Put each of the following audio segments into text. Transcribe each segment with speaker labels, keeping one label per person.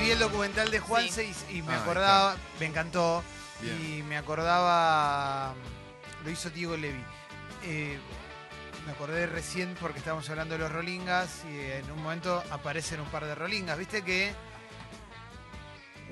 Speaker 1: vi el documental de Juanse y, y me acordaba, me encantó,
Speaker 2: Bien.
Speaker 1: y me acordaba, lo hizo Diego Levi. Eh, me acordé recién porque estábamos hablando de los rolingas y en un momento aparecen un par de rolingas. Viste que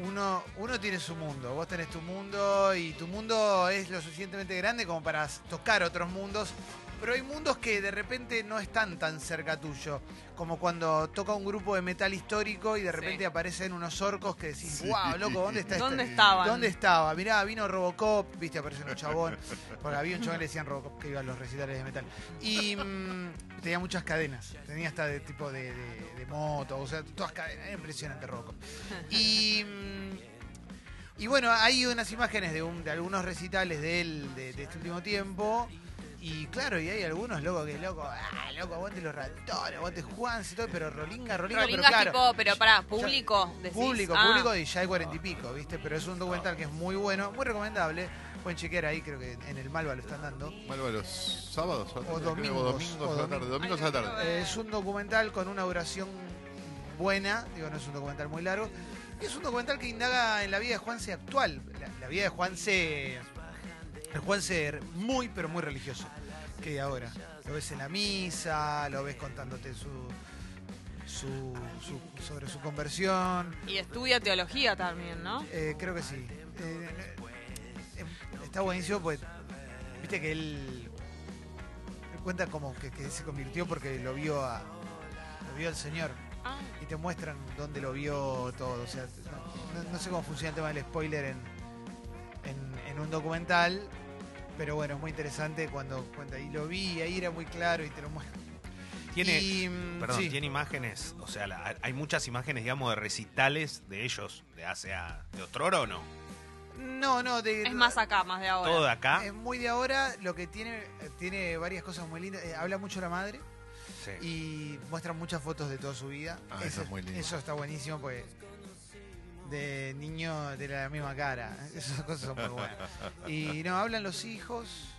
Speaker 1: uno, uno tiene su mundo, vos tenés tu mundo y tu mundo es lo suficientemente grande como para tocar otros mundos. Pero hay mundos que de repente no están tan cerca tuyo, como cuando toca un grupo de metal histórico y de repente
Speaker 3: Sí.
Speaker 1: aparecen unos orcos que decís,
Speaker 2: Sí.
Speaker 1: wow, loco, ¿dónde está este-
Speaker 3: ¿Dónde estaban?
Speaker 1: ¿Dónde estaba? Mirá, vino Robocop, viste, aparece un chabón. Porque había un chabón que le decían Robocop que iba a los recitales de metal. Y mm, tenía muchas cadenas. Tenía hasta de tipo de, de- de moto, o sea, todas cadenas. Era impresionante Robocop. Y. mm, y bueno, hay unas imágenes de, un- de algunos recitales de él de, de este último tiempo. Y claro, y hay algunos locos que loco, ah, loco, aguante los ratones, aguante Juan y todo, pero Rolinga, Rolinga,
Speaker 3: Rolingas
Speaker 1: pero claro.
Speaker 3: tipo, pero pará, público. decís.
Speaker 1: Público,
Speaker 3: Ah,
Speaker 1: público y ya hay cuarenta y pico, ¿viste? Pero es un documental que es muy bueno, muy recomendable. Pueden chequear ahí, creo que en el Malva lo están dando.
Speaker 2: Malva los sábados a la
Speaker 1: O
Speaker 2: tarde, creo,
Speaker 1: domingos,
Speaker 2: domingos
Speaker 1: o
Speaker 2: a la
Speaker 1: domi-
Speaker 2: tarde. Domingos a la tarde.
Speaker 1: Eh, es un documental con una duración buena, digo, no es un documental muy largo. Y es un documental que indaga en la vida de Juanse actual. La, la vida de Juanse. El Juanse muy, pero muy religioso. Que ahora. Lo ves en la misa, lo ves contándote su. su- su- sobre su conversión.
Speaker 3: Y estudia teología también, ¿no?
Speaker 1: Eh, creo que sí. Eh, eh, está buenísimo, pues. Viste que él. él cuenta como que, que se convirtió porque lo vio a. Lo vio al Señor.
Speaker 3: Ah,
Speaker 1: Y te muestran dónde lo vio todo. O sea, no, no- no sé cómo funciona el tema del spoiler en, en, en un documental. Pero bueno, es muy interesante cuando cuenta. Y lo vi, ahí era muy claro y te lo muestra.
Speaker 4: Tiene,
Speaker 1: Y, mm,
Speaker 4: perdón,
Speaker 1: sí.
Speaker 4: tiene imágenes, o sea, la- hay muchas imágenes, digamos, de recitales de ellos, de hace a, de otrora o no.
Speaker 1: No, no, de,
Speaker 3: es más acá, más de ahora.
Speaker 4: Todo de
Speaker 2: Ah.
Speaker 4: acá.
Speaker 1: Es muy de ahora, lo que tiene, tiene varias cosas muy lindas. Eh, habla mucho la madre
Speaker 4: Sí.
Speaker 1: y muestra muchas fotos de toda su vida.
Speaker 2: Ah, eso es muy lindo.
Speaker 1: Eso está buenísimo porque de niño de la misma cara. ¿eh? Esas cosas son muy buenas. Y no, hablan los hijos.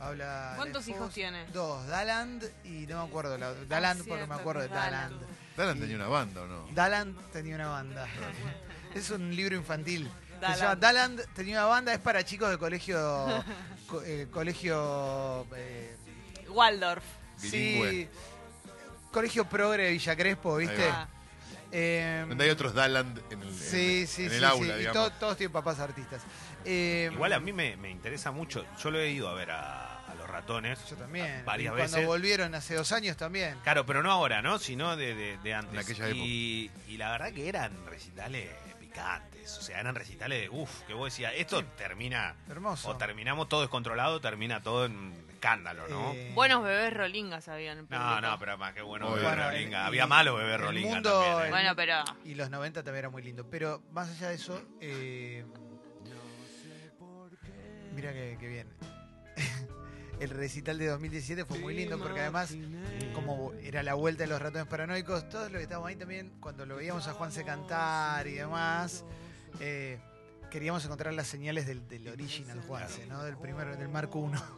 Speaker 1: Habla la
Speaker 3: ¿Cuántos
Speaker 1: esposa.
Speaker 3: hijos tiene? Ah,
Speaker 1: Dos, Daland y no me acuerdo. la- Daland porque me
Speaker 3: cierto,
Speaker 1: acuerdo de
Speaker 3: Daland.
Speaker 1: Daland.
Speaker 2: Daran
Speaker 1: Y-
Speaker 2: tenía una banda, ¿o no?
Speaker 1: Daland tenía una banda. Es un libro infantil. que se
Speaker 3: Daland.
Speaker 1: llama Daland tenía una banda, es para chicos de colegio. co- eh, colegio. eh,
Speaker 3: Waldorf.
Speaker 2: Bilingüe.
Speaker 1: sí. Colegio Progre de Villa Crespo, ¿viste?
Speaker 2: Ahí
Speaker 3: Ah,
Speaker 1: Eh,
Speaker 2: Donde hay otros Daland en el, en-
Speaker 1: sí, sí,
Speaker 2: en
Speaker 1: sí.
Speaker 2: el
Speaker 1: sí.
Speaker 2: aula,
Speaker 1: Y
Speaker 2: digamos.
Speaker 1: to- todos tienen papás artistas. Eh,
Speaker 4: Igual a mí me, me interesa mucho, yo lo he ido a ver a, a los ratones.
Speaker 1: Yo también.
Speaker 4: Varias
Speaker 1: Y Cuando
Speaker 4: veces.
Speaker 1: volvieron hace dos años también.
Speaker 4: Claro, pero no ahora, ¿no? Sino de, de- de antes.
Speaker 2: En aquella época.
Speaker 4: Y, y la verdad que eran recitales picantes, o sea, eran recitales de, uff, que vos decías, esto termina,
Speaker 1: Hermoso.
Speaker 4: o terminamos todo descontrolado, termina todo en escándalo, ¿no?
Speaker 1: Eh,
Speaker 3: buenos bebés rolingas habían. en
Speaker 4: No,
Speaker 3: público.
Speaker 4: no, pero más que bueno
Speaker 2: Obvio.
Speaker 4: beber
Speaker 2: Bueno,
Speaker 4: rolinga.
Speaker 1: el-
Speaker 4: Había malo beber
Speaker 1: el
Speaker 4: rolinga
Speaker 1: mundo-
Speaker 4: también. ¿eh?
Speaker 3: Bueno, pero.
Speaker 1: Y los 90 también era muy lindo. Pero más allá de eso, eh, mira que, que bien. El recital de 2017 fue muy lindo porque además, como era la vuelta de los ratones paranoicos, todos los que estábamos ahí también, cuando lo veíamos a Juanse cantar y demás, eh, queríamos encontrar las señales del, del original Juanse, ¿no? Del primero, del Marco 1.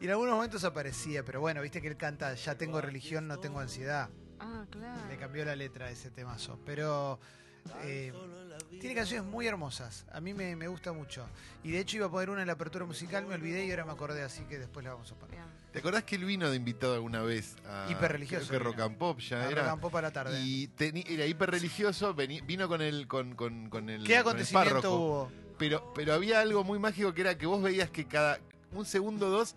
Speaker 1: Y en algunos momentos aparecía, pero bueno, viste que él canta, ya tengo religión, no tengo ansiedad.
Speaker 3: Ah, claro.
Speaker 1: Le cambió la letra a ese temazo. Pero eh, tiene canciones muy hermosas. A mí me, me gusta mucho. Y de hecho iba a poner una en la apertura musical, me olvidé y ahora me acordé, así que después la vamos a poner.
Speaker 3: Bien.
Speaker 2: ¿Te acordás que él vino de invitado alguna vez a.
Speaker 1: Hiperreligioso
Speaker 2: creo Que
Speaker 1: vino.
Speaker 2: Rock and Pop ya
Speaker 1: Ahora
Speaker 2: era.
Speaker 1: tampoco para la tarde.
Speaker 2: Y teni- era hiperreligioso, veni- vino con el, con, con, con el,
Speaker 1: ¿Qué
Speaker 2: con el
Speaker 1: acontecimiento
Speaker 2: párroco.
Speaker 1: hubo?
Speaker 2: Pero, pero había algo muy mágico que era que vos veías que cada un segundo o dos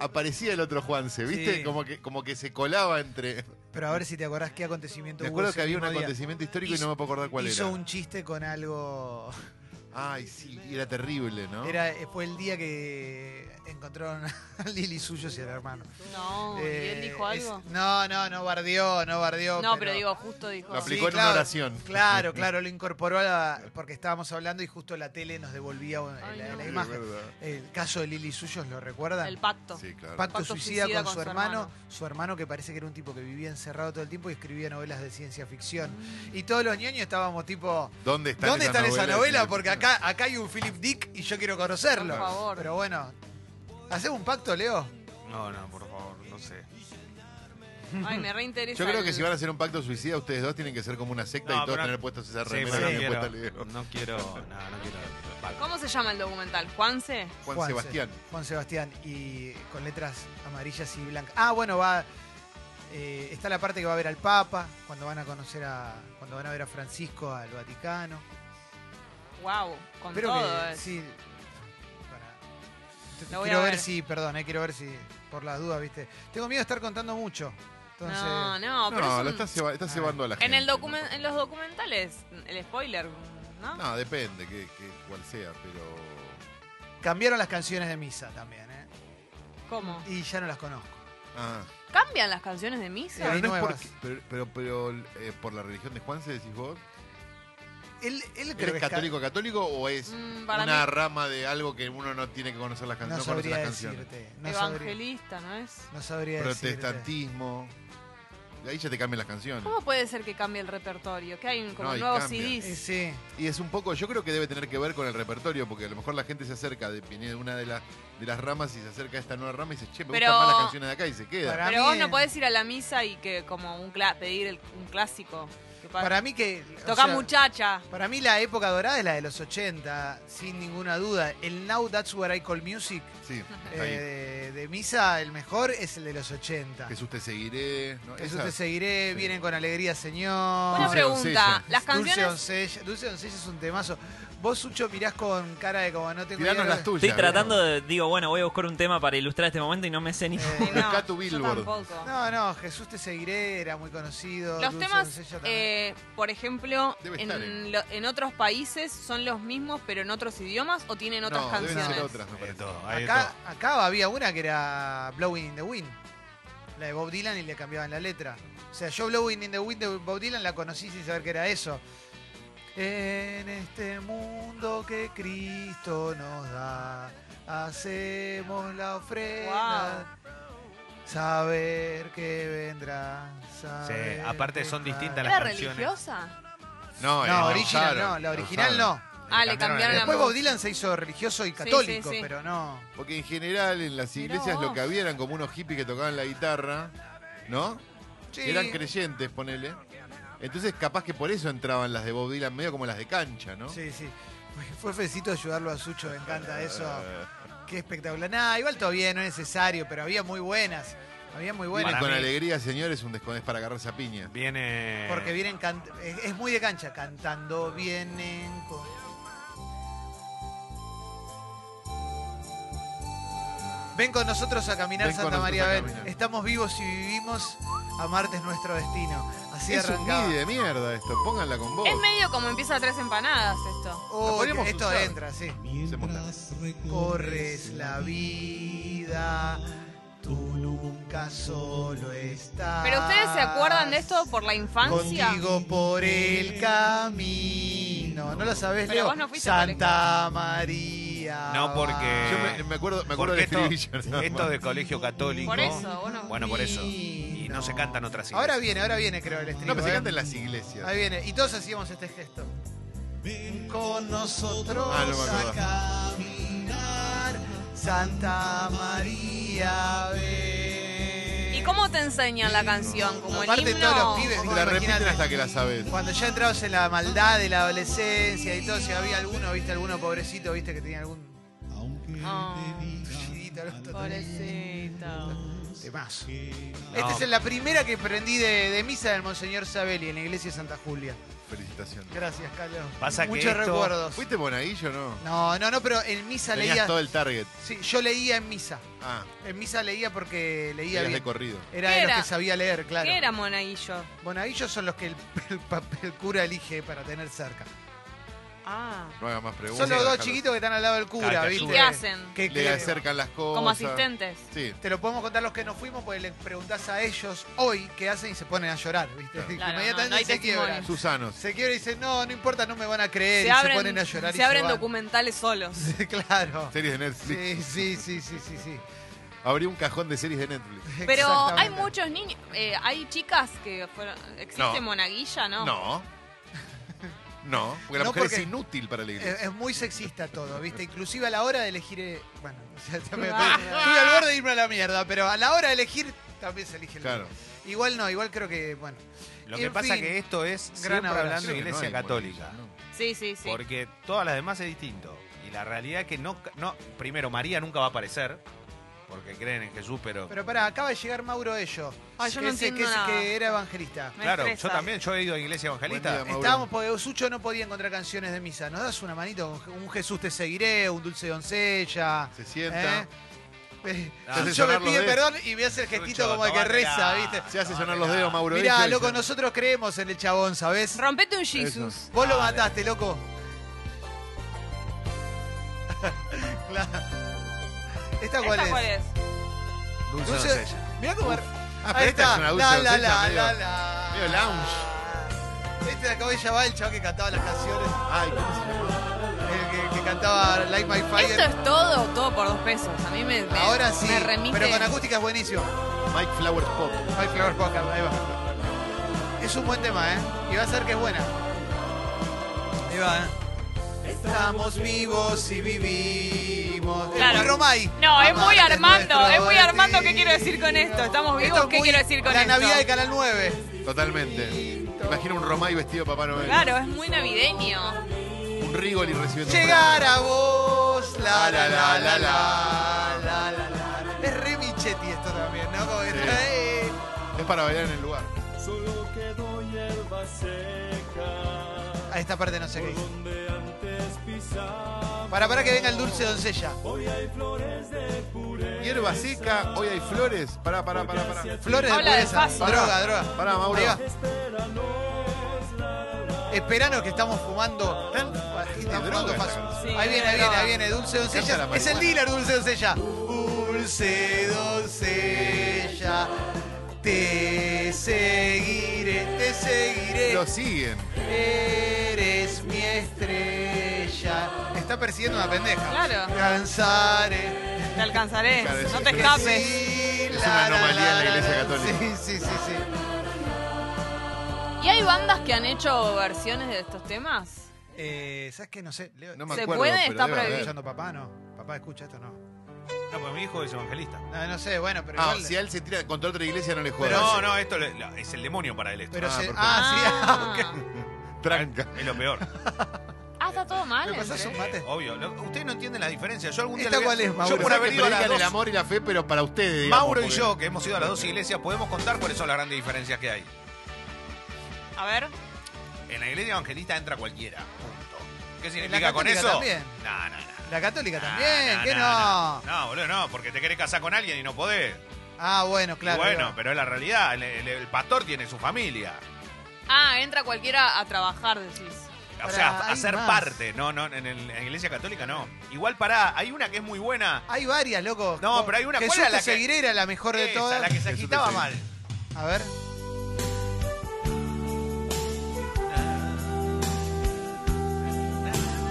Speaker 2: aparecía el otro Juanse, ¿viste?
Speaker 1: Sí.
Speaker 2: Como, que, como que se colaba entre.
Speaker 1: Pero a ver si te acordás qué acontecimiento
Speaker 2: Me
Speaker 1: hubo.
Speaker 2: acuerdo
Speaker 1: ese
Speaker 2: que había un
Speaker 1: mismo día.
Speaker 2: acontecimiento histórico y
Speaker 1: Hizo-
Speaker 2: no me puedo acordar cuál
Speaker 1: Hizo
Speaker 2: era.
Speaker 1: un chiste con algo.
Speaker 2: Ay, sí, y era terrible, ¿no?
Speaker 1: Era, eh, fue el día que encontraron a Lili suyo y al hermano.
Speaker 3: No, ¿y él
Speaker 1: Eh,
Speaker 3: dijo
Speaker 1: es-
Speaker 3: algo?
Speaker 1: no, no, no bardeó, no bardeó.
Speaker 3: No, pero digo, justo dijo.
Speaker 2: Lo aplicó
Speaker 1: Sí,
Speaker 2: en
Speaker 1: claro.
Speaker 2: una oración.
Speaker 1: Claro, claro, lo incorporó a la- porque estábamos hablando y justo la tele nos devolvía eh,
Speaker 3: Ay,
Speaker 1: la,
Speaker 3: no.
Speaker 1: la
Speaker 2: Sí,
Speaker 1: imagen.
Speaker 2: verdad.
Speaker 1: El caso de Lili Suyos, ¿lo recuerdan?
Speaker 3: El pacto.
Speaker 2: Sí, claro.
Speaker 1: Pacto,
Speaker 3: Pacto
Speaker 1: suicida,
Speaker 3: suicida
Speaker 1: con, su,
Speaker 3: con su
Speaker 1: hermano,
Speaker 3: hermano.
Speaker 1: su hermano que parece que era un tipo que vivía encerrado todo el tiempo y escribía novelas de ciencia ficción. Y todos los ñoños estábamos tipo,
Speaker 2: ¿Dónde está
Speaker 1: ¿dónde están esa novela?
Speaker 2: Sí.
Speaker 1: Porque acá, acá hay un Philip Dick y yo quiero conocerlo.
Speaker 3: Por favor.
Speaker 1: Pero bueno, ¿hacemos un pacto, Leo?
Speaker 4: No, no, por favor, no sé.
Speaker 3: Ay, me reinteresa.
Speaker 2: Yo creo
Speaker 3: el-
Speaker 2: que si van a hacer un pacto suicida, ustedes dos tienen que ser como una secta
Speaker 4: No,
Speaker 2: y todos
Speaker 4: pero-
Speaker 2: tener puestos esa
Speaker 4: Sí,
Speaker 2: remera
Speaker 4: pero
Speaker 2: que
Speaker 4: no,
Speaker 2: puesta
Speaker 4: quiero,
Speaker 2: el video.
Speaker 4: no quiero. No, no quiero.
Speaker 3: ¿Cómo se llama el documental? ¿Juanse?
Speaker 2: Juan
Speaker 1: Juanse.
Speaker 2: Sebastián.
Speaker 1: Juan Sebastián y con letras amarillas y blancas. Ah, bueno, va. eh, está la parte que va a ver al Papa, cuando van a conocer a. cuando van a ver a Francisco al Vaticano.
Speaker 3: Wow, con
Speaker 1: Espero
Speaker 3: todo.
Speaker 1: que
Speaker 3: eh.
Speaker 1: sí. para-
Speaker 3: La voy
Speaker 1: Quiero
Speaker 3: a
Speaker 1: ver.
Speaker 3: ver.
Speaker 1: si, perdón, eh, quiero ver si, por las dudas, viste. Tengo miedo de estar contando mucho. Entonces,
Speaker 3: no, no, pero
Speaker 2: No,
Speaker 3: es un-
Speaker 2: lo estás, lleva- estás
Speaker 1: Ah.
Speaker 2: llevando a la gente.
Speaker 3: en, el
Speaker 2: ¿no?
Speaker 3: documen- en los documentales, el spoiler, ¿no?
Speaker 2: No, depende, que, que cual sea, pero.
Speaker 1: cambiaron las canciones de misa también, ¿eh?
Speaker 3: ¿Cómo?
Speaker 1: Y ya no las conozco.
Speaker 2: Ah.
Speaker 3: ¿Cambian las canciones de
Speaker 1: Eh,
Speaker 3: misa?
Speaker 1: hay
Speaker 2: Pero no es
Speaker 1: nuevas.
Speaker 2: porque- pero, pero, pero, eh, por la religión de Juan, se decís vos.
Speaker 1: Él, él creo
Speaker 2: ¿Eres
Speaker 1: que ca-
Speaker 2: católico católico o es
Speaker 3: Mm, para
Speaker 2: una
Speaker 3: mí,
Speaker 2: rama de algo que uno no tiene que conocer las
Speaker 1: No
Speaker 2: canciones? No, conoce
Speaker 1: sabría
Speaker 2: las canciones.
Speaker 1: decirte. No sabría,
Speaker 3: evangelista, ¿no es?
Speaker 1: no sabría decirte.
Speaker 2: Protestantismo. Ahí ya te cambian las canciones.
Speaker 3: ¿Cómo puede ser que cambie el repertorio? Que hay como
Speaker 2: No, y
Speaker 3: nuevos
Speaker 2: cambia.
Speaker 1: Eh,
Speaker 3: CDs.
Speaker 1: sí.
Speaker 2: Y es un poco, yo creo que debe tener que ver con el repertorio, porque a lo mejor la gente se acerca, de, viene de una de, las de las ramas y se acerca a esta nueva rama y dice, che, me
Speaker 3: Pero-
Speaker 2: gustan más las canciones de acá y se queda.
Speaker 1: Para
Speaker 3: Pero
Speaker 1: mí
Speaker 3: vos
Speaker 1: es-
Speaker 3: no podés ir a la misa y que como un cla- pedir el- un clásico. que pa-
Speaker 1: Para mí que. o
Speaker 3: Toca
Speaker 1: sea,
Speaker 3: muchacha.
Speaker 1: Para mí la época dorada es la de los 80, sin ninguna duda. El Now That's Where I Call Music
Speaker 2: Sí,
Speaker 1: eh,
Speaker 2: está ahí.
Speaker 1: de, de Misa, el mejor es el de los 80.
Speaker 2: Jesús te seguiré. ¿no?
Speaker 1: Jesús
Speaker 2: Esa-
Speaker 1: te seguiré,
Speaker 2: sí.
Speaker 1: vienen con alegría, Señor.
Speaker 3: Una
Speaker 2: Dulce
Speaker 3: pregunta.
Speaker 2: doncella.
Speaker 1: Dulce
Speaker 3: Las canciones.
Speaker 1: Doncella. Dulce Doncella es un temazo. Vos, Sucho, mirás con cara de como no tengo
Speaker 2: Tiranos
Speaker 1: idea.
Speaker 2: las tuyas.
Speaker 5: Estoy tratando de, digo, bueno, voy a buscar un tema para ilustrar este momento y no me sé ni...
Speaker 1: Eh,
Speaker 3: No,
Speaker 2: Buscá tu
Speaker 3: yo
Speaker 2: Billboard.
Speaker 3: tampoco.
Speaker 1: No, no, Jesús te seguiré, era muy conocido.
Speaker 3: Los
Speaker 1: Dulce
Speaker 3: temas,
Speaker 1: Doncella también.
Speaker 3: eh, por ejemplo,
Speaker 2: Debe
Speaker 3: en,
Speaker 2: estar eh.
Speaker 3: lo- en otros países son los mismos, pero en otros idiomas o tienen otras
Speaker 2: no, Deben
Speaker 3: canciones.
Speaker 2: ser otras, me
Speaker 4: Hay de
Speaker 2: parece.
Speaker 4: todo, hay de
Speaker 1: acá,
Speaker 4: todo.
Speaker 1: acá había una que era Blowing in the Wind. La de Bob Dylan y le cambiaban la letra. O sea, yo Blowing in the Wind de Bob Dylan la conocí sin saber que era eso. En este mundo que Cristo nos da, hacemos la ofrenda. Saber que vendrá. saber
Speaker 4: aparte
Speaker 1: que
Speaker 4: son distintas
Speaker 1: traerá.
Speaker 3: ¿Era
Speaker 4: Las canciones.
Speaker 3: religiosa?
Speaker 2: No, eh,
Speaker 1: No,
Speaker 2: la
Speaker 1: original
Speaker 2: usaron,
Speaker 1: no, la original
Speaker 2: usaron.
Speaker 1: no.
Speaker 3: Ah, le cambiaron la
Speaker 1: Después
Speaker 3: voz.
Speaker 1: Bob Dylan se hizo religioso y
Speaker 3: sí,
Speaker 1: católico,
Speaker 3: sí.
Speaker 1: pero no.
Speaker 2: Porque en general en las
Speaker 3: Mirá
Speaker 2: iglesias lo
Speaker 3: vos.
Speaker 2: que había eran como unos hippies que tocaban la guitarra, ¿no?
Speaker 1: Sí.
Speaker 2: Eran creyentes, ponele. Entonces capaz que por eso entraban las de Bob Dylan, medio como las de cancha, ¿no? Eh,
Speaker 1: Sí, sí. Fue fecito ayudarlo a Sucho, me encanta eso. Qué espectacular. Nada, igual todo bien, no es necesario, pero había muy buenas. Había muy
Speaker 2: Vienen
Speaker 1: buenas.
Speaker 4: Para
Speaker 2: con
Speaker 4: mí-
Speaker 2: alegría, señores, un desconés para agarrarse a piña.
Speaker 4: Viene.
Speaker 1: Porque vienen cant- es, es muy de cancha. Cantando vienen con. Ven con nosotros a caminar
Speaker 2: Ven con
Speaker 1: Santa
Speaker 2: nosotros
Speaker 1: María
Speaker 2: a
Speaker 1: Ven.
Speaker 2: caminar.
Speaker 1: Estamos vivos y vivimos. Amarte es nuestro destino. Así
Speaker 2: es un
Speaker 1: arrancaba.
Speaker 2: midi de mierda esto, pónganla con vos.
Speaker 3: Es medio como empieza tres empanadas esto.
Speaker 1: Oh,
Speaker 2: La podríamos
Speaker 1: esto
Speaker 2: usar.
Speaker 1: entra, sí.
Speaker 6: Mientras
Speaker 1: Corres la vida, tú nunca solo estás.
Speaker 3: Pero ustedes se acuerdan de esto por la infancia.
Speaker 1: Contigo por el camino. ¿No lo sabés,
Speaker 3: Pero
Speaker 1: Leo?
Speaker 3: vos no fuiste
Speaker 1: Santa María.
Speaker 4: No, porque-
Speaker 2: Yo me, me acuerdo, me acuerdo
Speaker 4: Porque
Speaker 2: del
Speaker 4: esto,
Speaker 2: estribillo. nada más.
Speaker 4: esto de colegio católico.
Speaker 3: Por eso, bueno.
Speaker 4: Bueno, por eso. Y no se cantan otras iglesias.
Speaker 1: Ahora viene, ahora viene, creo, el estribillo.
Speaker 2: No, pero se
Speaker 1: ¿eh?
Speaker 2: canta en las iglesias.
Speaker 1: Ahí viene. Y todos hacíamos este gesto. Con nosotros
Speaker 2: Ah, no me
Speaker 1: a
Speaker 2: acuerdo.
Speaker 1: caminar, Santa María. Ven.
Speaker 3: ¿Y cómo te enseñan la canción? Como el
Speaker 1: Aparte, todos
Speaker 3: himno.
Speaker 1: los pibes,
Speaker 2: Te
Speaker 1: vos
Speaker 2: la
Speaker 1: imaginate,
Speaker 2: repiten hasta que la sabes.
Speaker 1: Cuando ya entrabas en la maldad de la adolescencia y todo, si había alguno, viste, alguno pobrecito, viste, que tenía algún
Speaker 3: Oh,
Speaker 1: chidito,
Speaker 3: pobrecito.
Speaker 1: Temazo. Esta es la primera que aprendí de, de misa del Monseñor Sabelli en la iglesia de Santa Julia.
Speaker 2: Felicitaciones.
Speaker 1: Gracias, Carlos.
Speaker 4: Pasa que
Speaker 1: Muchos
Speaker 4: esto-
Speaker 1: recuerdos.
Speaker 2: ¿Fuiste Bonahillo o no?
Speaker 1: No, no, no, pero en misa
Speaker 2: Tenías
Speaker 1: leía.
Speaker 2: todo el target.
Speaker 1: Sí, yo leía en misa.
Speaker 2: Ah,
Speaker 1: En misa leía porque leía
Speaker 2: tenías
Speaker 1: bien.
Speaker 2: de corrido.
Speaker 1: Era
Speaker 3: ¿Qué
Speaker 1: de los
Speaker 3: era?
Speaker 1: que sabía leer, claro.
Speaker 3: ¿Qué era monaguillo?
Speaker 1: Bonadillos son los que el, el papel el cura elige para tener cerca.
Speaker 3: Ah.
Speaker 2: No hagas más preguntas.
Speaker 1: Son los dos
Speaker 2: Dejalo.
Speaker 1: chiquitos que están al lado del
Speaker 4: Cada
Speaker 1: cura,
Speaker 4: que
Speaker 1: ¿viste?
Speaker 3: ayuda. ¿Qué hacen?
Speaker 1: Que-
Speaker 2: Le
Speaker 1: que-
Speaker 2: acercan las cosas.
Speaker 3: Como asistentes.
Speaker 1: eh,
Speaker 2: Sí.
Speaker 1: Te lo podemos contar los que no fuimos porque le preguntás a ellos hoy qué hacen y se ponen a llorar, ¿viste?
Speaker 2: Claro.
Speaker 1: Y
Speaker 3: Claro,
Speaker 1: Inmediatamente
Speaker 3: no, no hay
Speaker 1: se quiebran.
Speaker 3: testimonio.
Speaker 2: Susanos.
Speaker 1: Se quiebran y dicen, no, no importa, no me van a creer.
Speaker 3: Se
Speaker 1: y
Speaker 3: abren,
Speaker 1: se ponen a llorar y
Speaker 3: se abren
Speaker 1: van.
Speaker 3: documentales solos.
Speaker 1: Sí, claro.
Speaker 2: Series de
Speaker 1: Sí,
Speaker 2: Netflix.
Speaker 1: sí, sí, sí, sí, sí.
Speaker 2: Abrí un cajón de series de Netflix.
Speaker 3: Pero hay
Speaker 1: Exactamente.
Speaker 3: muchos niños, eh, hay chicas que fueron... ¿Existe
Speaker 2: No.
Speaker 3: monaguilla, no?
Speaker 2: No. No, porque la
Speaker 1: No,
Speaker 2: mujer
Speaker 1: porque-
Speaker 2: es inútil para la iglesia.
Speaker 1: Es, es muy sexista todo, ¿viste? Inclusive a la hora de elegir... eh, Bueno, o sea, ya me-
Speaker 3: Ah.
Speaker 1: estoy al borde de irme a la mierda, pero a la hora de elegir también se elige el
Speaker 2: Claro.
Speaker 1: Igual no, igual creo que, bueno.
Speaker 4: Lo
Speaker 1: En
Speaker 4: que pasa
Speaker 1: fin,
Speaker 4: que esto es
Speaker 1: gran
Speaker 4: siempre
Speaker 1: abrazo.
Speaker 4: hablando
Speaker 2: Creo
Speaker 4: de
Speaker 2: que no
Speaker 4: Iglesia
Speaker 2: hay
Speaker 4: Católica.
Speaker 2: movilidad, ¿no?
Speaker 3: Sí, sí, sí.
Speaker 4: Porque todas las demás es distinto. Y la realidad es que no, no. Primero, María nunca va a aparecer. Porque creen en Jesús, pero.
Speaker 1: Pero pará, acaba de llegar Mauro Ello.
Speaker 3: Ay, yo
Speaker 1: que,
Speaker 3: no
Speaker 1: ese- que
Speaker 3: entiendo
Speaker 1: ese-
Speaker 3: nada.
Speaker 1: que era evangelista.
Speaker 3: Me
Speaker 4: claro,
Speaker 3: estresa.
Speaker 4: yo también. Yo he ido a Iglesia
Speaker 2: Buen
Speaker 4: Evangelista.
Speaker 2: día, Mauro.
Speaker 1: Estábamos porque Sucho no podía encontrar canciones de misa. ¿Nos das una manito? Un Je- Un Jesús te seguiré, un dulce doncella.
Speaker 2: Se sienta.
Speaker 1: ¿eh? Eh,
Speaker 4: Ah,
Speaker 2: hace
Speaker 1: Sucho me
Speaker 2: sonar los
Speaker 1: pide
Speaker 2: dedos.
Speaker 1: perdón y me hace el gestito como de que reza, ¿viste?
Speaker 2: Se hace sonar los dedos, Mauro.
Speaker 1: Mirá,
Speaker 2: Bello, y
Speaker 1: loco,
Speaker 2: se-
Speaker 1: nosotros creemos en el chabón, ¿sabés?
Speaker 3: Rompete un Jesus.
Speaker 1: Vos lo
Speaker 4: Dale.
Speaker 1: mataste, loco. Claro. ¿Esta cuál
Speaker 3: ¿Esta cuál
Speaker 1: es?
Speaker 3: es?
Speaker 4: Dulce
Speaker 1: Dulce-
Speaker 4: doncella.
Speaker 1: Mirá cómo...
Speaker 2: Ah, pero esta es una dulce
Speaker 1: La, la,
Speaker 2: doncella
Speaker 1: la,
Speaker 2: medio-
Speaker 1: la, la.
Speaker 2: medio lounge.
Speaker 1: Este acabo de llamar el chabón que cantaba las canciones.
Speaker 2: Ay, ¿cómo se llama?
Speaker 1: El que, que cantaba Like My Fire.
Speaker 3: Esto es todo, todo por dos pesos. A mí me, me-
Speaker 1: Ahora sí,
Speaker 3: me remite.
Speaker 1: pero con acústica es buenísimo.
Speaker 2: Mike Flowers Pop.
Speaker 1: Ay, Flower Pocket, ahí va. Es un buen tema, ¿eh? Y va a ser que es buena. Ahí va, ¿eh? Estamos vivos y vivimos. Es
Speaker 3: Claro.
Speaker 1: muy Romay.
Speaker 3: No, es muy
Speaker 1: Amarte
Speaker 3: Armando,
Speaker 1: nuestro
Speaker 3: es muy Armando. ¿Qué
Speaker 1: destino.
Speaker 3: quiero decir con esto? ¿Estamos vivos?
Speaker 1: Esto es
Speaker 3: ¿Qué
Speaker 1: muy
Speaker 3: quiero decir con
Speaker 1: La
Speaker 3: esto?
Speaker 1: Navidad de Canal 9.
Speaker 2: Totalmente. Imagina un Romay vestido de Papá Noel.
Speaker 3: Claro, es muy navideño.
Speaker 2: Un Rigoli recibiendo. un
Speaker 1: Llegar
Speaker 2: premio.
Speaker 1: a vos. La, la, la, la, la, la, la, la. Es re michetti esto también, ¿no? Como que
Speaker 2: Sí.
Speaker 1: está, eh.
Speaker 2: Es para bailar en el lugar.
Speaker 6: Solo quedó hierba seca
Speaker 1: A esta parte no sé qué
Speaker 6: por
Speaker 1: dice.
Speaker 6: donde antes pisaba.
Speaker 1: Para, para que venga el dulce doncella.
Speaker 6: Hoy hay flores de puré.
Speaker 2: Hierba seca, hoy hay flores. Pará, pará, pará, pará.
Speaker 1: Flores de
Speaker 3: Habla
Speaker 1: pureza.
Speaker 3: despacio.
Speaker 1: Droga, droga.
Speaker 2: Pará, Mauro.
Speaker 1: Ahí va. Esperanos que estamos fumando. Estamos fumando
Speaker 2: ¿Eh? droga
Speaker 1: paso.
Speaker 2: esa
Speaker 3: canción.
Speaker 1: ahí
Speaker 3: Sí,
Speaker 1: viene, ahí viene,
Speaker 3: droga.
Speaker 1: ahí viene. Dulce
Speaker 2: Canta la
Speaker 1: doncella. Es el
Speaker 2: marihuana.
Speaker 1: dealer, dulce doncella. Dulce doncella. Te seguiré, te seguiré.
Speaker 2: Lo siguen.
Speaker 1: Eres mi estrella. Está persiguiendo una pendeja.
Speaker 3: Claro.
Speaker 1: Cansaré.
Speaker 3: Te alcanzaré.
Speaker 2: Claro,
Speaker 3: No
Speaker 2: es-
Speaker 3: te
Speaker 2: es-
Speaker 3: escapes.
Speaker 2: Es una anomalía en la Iglesia Católica.
Speaker 1: Sí, sí, sí, sí.
Speaker 3: ¿Y hay bandas que han hecho versiones de estos temas?
Speaker 1: Eh, ¿Sabes qué? No sé. Leo,
Speaker 2: No me
Speaker 3: ¿Se
Speaker 2: acuerdo.
Speaker 3: puede?
Speaker 2: pero
Speaker 3: Está
Speaker 2: debe haber.
Speaker 1: ¿Está
Speaker 3: prohibido.
Speaker 1: escuchando papá? No. Papá escucha esto, no.
Speaker 4: No, pues mi hijo es evangelista.
Speaker 1: No, no sé, bueno, pero
Speaker 2: Ah,
Speaker 1: igual.
Speaker 2: si a él se tira contra otra iglesia no le jodas.
Speaker 1: Pero
Speaker 4: no, no, esto le- la- es el demonio para él esto.
Speaker 1: pero
Speaker 2: Ah,
Speaker 1: se-
Speaker 2: perfecto.
Speaker 1: ah, sí. ah, ok.
Speaker 2: Tranca.
Speaker 4: Es lo peor. Eh,
Speaker 3: Ah, está todo mal.
Speaker 1: ¿Me pasás un
Speaker 3: ¿entendés?
Speaker 1: mate?
Speaker 4: Obvio. Lo- Ustedes no entienden las diferencias. Yo algún día.
Speaker 1: ¿Esta
Speaker 4: le voy a-
Speaker 1: cuál es, Mauro?
Speaker 4: Yo por haber
Speaker 2: que
Speaker 4: ido a las
Speaker 2: predican el
Speaker 4: dos-
Speaker 2: amor y la fe, pero para ustedes. digamos,
Speaker 4: Mauro y
Speaker 2: porque-
Speaker 4: yo, que hemos ido a las dos iglesias, podemos contar cuáles son las grandes diferencias que hay.
Speaker 3: A ver.
Speaker 4: En la iglesia evangelista entra cualquiera. Punto. ¿Qué
Speaker 1: la
Speaker 4: significa con
Speaker 1: católica
Speaker 4: eso?
Speaker 1: también.
Speaker 4: No, no, no.
Speaker 1: La católica
Speaker 4: No,
Speaker 1: también,
Speaker 4: no,
Speaker 1: ¿qué no?
Speaker 4: no? No, boludo, no, porque te querés casar con alguien y no podés.
Speaker 1: Ah, bueno, claro.
Speaker 4: bueno,
Speaker 1: claro.
Speaker 4: pero es la realidad. El, el- el pastor tiene su familia.
Speaker 3: Ah, entra cualquiera a trabajar, decís.
Speaker 4: O
Speaker 1: Pará,
Speaker 4: sea,
Speaker 1: hay
Speaker 4: a ser
Speaker 1: más.
Speaker 4: parte. No, no, en, el- en la iglesia católica no. Igual pará, hay una que es muy buena.
Speaker 1: Hay varias, loco.
Speaker 4: No, pero hay una-
Speaker 1: Jesús
Speaker 4: ¿cuál era
Speaker 1: te
Speaker 4: la que-
Speaker 1: seguiré era la mejor de
Speaker 4: Esa,
Speaker 1: todas.
Speaker 4: la que se
Speaker 2: Jesús te
Speaker 4: agitaba
Speaker 2: seguiré.
Speaker 4: mal.
Speaker 1: A ver.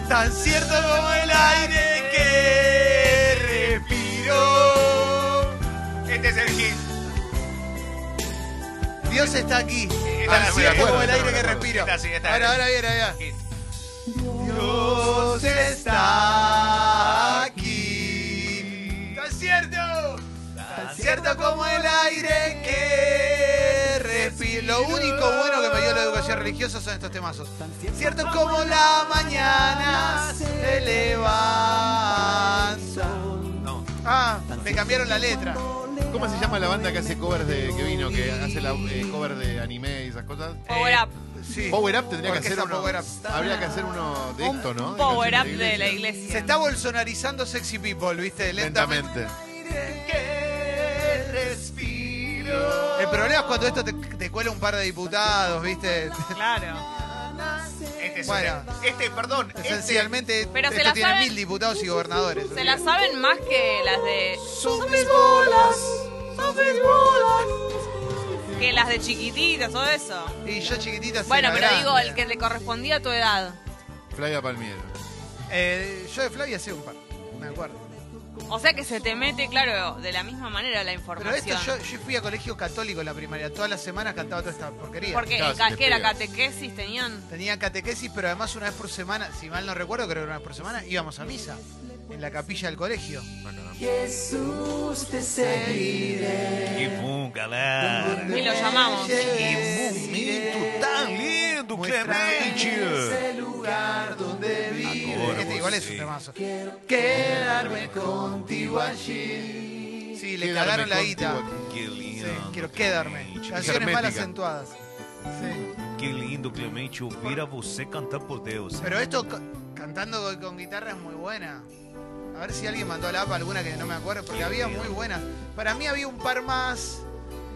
Speaker 1: Tan cierto como el aire que respiro.
Speaker 4: Este es el hit.
Speaker 1: Dios está aquí.
Speaker 4: Esta
Speaker 1: Tan
Speaker 4: la-
Speaker 1: cierto
Speaker 4: me acuerdo,
Speaker 1: como el
Speaker 4: esta
Speaker 1: aire
Speaker 4: me
Speaker 1: que
Speaker 4: acuerdo.
Speaker 1: respiro.
Speaker 4: Esta sí, esta
Speaker 1: Ahora,
Speaker 4: es.
Speaker 1: ahora viene, ahora viene.
Speaker 4: Hit.
Speaker 1: Dios está aquí. Tan cierto. Tan cierto como el aire que respiro. Lo único bueno que me dio la educación religiosa son estos temazos. Cierto como la mañana se levanta.
Speaker 4: No.
Speaker 1: Ah, me cambiaron la letra.
Speaker 2: ¿Cómo se llama la banda que hace covers de que vino, que hace la, eh, cover de anime y esas cosas?
Speaker 1: Eh,
Speaker 3: Power up.
Speaker 1: Sí.
Speaker 2: Power Up tendría que
Speaker 1: ¿Por qué
Speaker 2: hacer
Speaker 1: está
Speaker 2: uno.
Speaker 1: Power Up?
Speaker 2: Habría que hacer uno de esto, ¿no?
Speaker 3: Un
Speaker 2: De
Speaker 3: power up
Speaker 2: canciones
Speaker 3: de la iglesia.
Speaker 1: Se está bolsonarizando Sexy People, ¿viste? Lentamente.
Speaker 2: Lentamente.
Speaker 1: El problema es cuando esto te, te cuela un par de diputados, ¿viste?
Speaker 3: Claro.
Speaker 4: Este es
Speaker 1: Bueno.
Speaker 4: un- este, perdón, este,
Speaker 1: Esencialmente,
Speaker 3: Pero se
Speaker 1: esto
Speaker 3: la
Speaker 1: tiene
Speaker 3: saben-
Speaker 1: mil diputados y gobernadores.
Speaker 3: Se la saben más que las de.
Speaker 1: Son mis bolas, son mis bolas.
Speaker 3: que las de chiquititas, todo eso.
Speaker 1: Y yo chiquitita.
Speaker 3: Bueno,
Speaker 1: era
Speaker 3: pero
Speaker 1: grande.
Speaker 3: digo, el que le correspondía a tu edad.
Speaker 2: Flavia Palmiero.
Speaker 1: Eh, yo de Flavia sé un par, me acuerdo.
Speaker 3: O sea que se te mete, claro, de la misma manera la
Speaker 1: Pero
Speaker 3: información.
Speaker 1: esto, yo, yo fui a colegio católico en la primaria. Todas las semanas cantaba toda esta porquería.
Speaker 3: Porque
Speaker 2: Claro,
Speaker 3: en
Speaker 2: si te
Speaker 3: que era
Speaker 2: pegas.
Speaker 3: catequesis tenían.
Speaker 1: Tenía catequesis, pero además una vez por semana, si mal no recuerdo, creo que una vez por semana, íbamos a misa. En la capilla del colegio.
Speaker 2: Ah, caramba.
Speaker 4: y nunca
Speaker 3: amamos.
Speaker 4: Que momento tan lindo, Clemente.
Speaker 1: ese lugar donde vivo.
Speaker 4: Acorde,
Speaker 1: Este igual es
Speaker 4: sí.
Speaker 1: un temazo. Quedarme contigo allí. Sí, le
Speaker 2: Quedarme
Speaker 1: cagaron la guita.
Speaker 2: contigo aquí.
Speaker 4: Qué
Speaker 1: Sí,
Speaker 4: lindo.
Speaker 1: quiero quedarme.
Speaker 4: Clemente.
Speaker 1: Canciones mal
Speaker 2: Hermética.
Speaker 1: acentuadas. Sí.
Speaker 4: Qué lindo, Clemente, ouvir a você cantar por Deus.
Speaker 1: Pero esto ca- cantando con, con guitarra es muy buena. A ver si alguien mandó a la APA alguna que no me acuerdo, porque
Speaker 4: Qué
Speaker 1: había
Speaker 4: bien.
Speaker 1: muy buenas. Para mí había un par más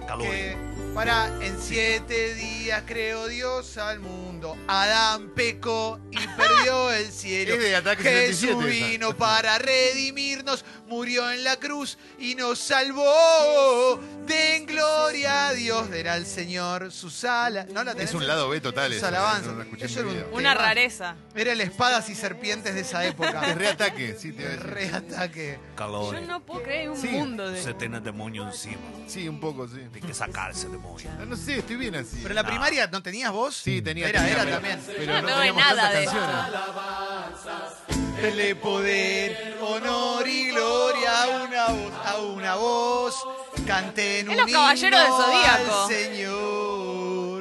Speaker 4: Calor.
Speaker 1: que para en siete días creó Dios al mundo. Adán pecó y perdió el cielo.
Speaker 2: Es de Ataque 77
Speaker 1: Jesús
Speaker 2: esa.
Speaker 1: vino para redimirnos, murió en la cruz y nos salvó. Den gloria a Dios, era el Señor sus alas. No la tenés
Speaker 2: Es un lado B total.
Speaker 1: sus
Speaker 2: esa,
Speaker 1: alabanzas.
Speaker 2: no la escuché
Speaker 1: Eso
Speaker 2: en mi
Speaker 1: era
Speaker 2: vida.
Speaker 1: un-
Speaker 3: Una rareza.
Speaker 1: Era el espadas y serpientes de esa
Speaker 2: Es
Speaker 1: época.
Speaker 2: reataque, sí, te iba a
Speaker 1: El
Speaker 2: decir.
Speaker 1: reataque.
Speaker 4: Calor.
Speaker 3: Yo no puedo creer un
Speaker 2: Sí,
Speaker 3: mundo
Speaker 4: Você
Speaker 3: de.
Speaker 4: tem demônio encima.
Speaker 2: Sí, un poco, sí.
Speaker 4: Tem que sacar esse demônio.
Speaker 2: Ah, No sé, estoy bien así.
Speaker 1: Pero en la
Speaker 4: No.
Speaker 1: primaria no tenías voz.
Speaker 2: Sí, tenía
Speaker 1: Era,
Speaker 2: tenía,
Speaker 1: era
Speaker 2: pero-
Speaker 1: también.
Speaker 2: Pero
Speaker 3: Yo no
Speaker 2: no,
Speaker 3: veo
Speaker 2: teníamos
Speaker 3: nada
Speaker 2: tantas
Speaker 3: de esto.
Speaker 2: canciones.
Speaker 1: Dele poder, honor y gloria a una voz, a una voz. Canten un
Speaker 3: Es los caballeros del
Speaker 1: himno
Speaker 3: Zodíaco.
Speaker 1: al Señor.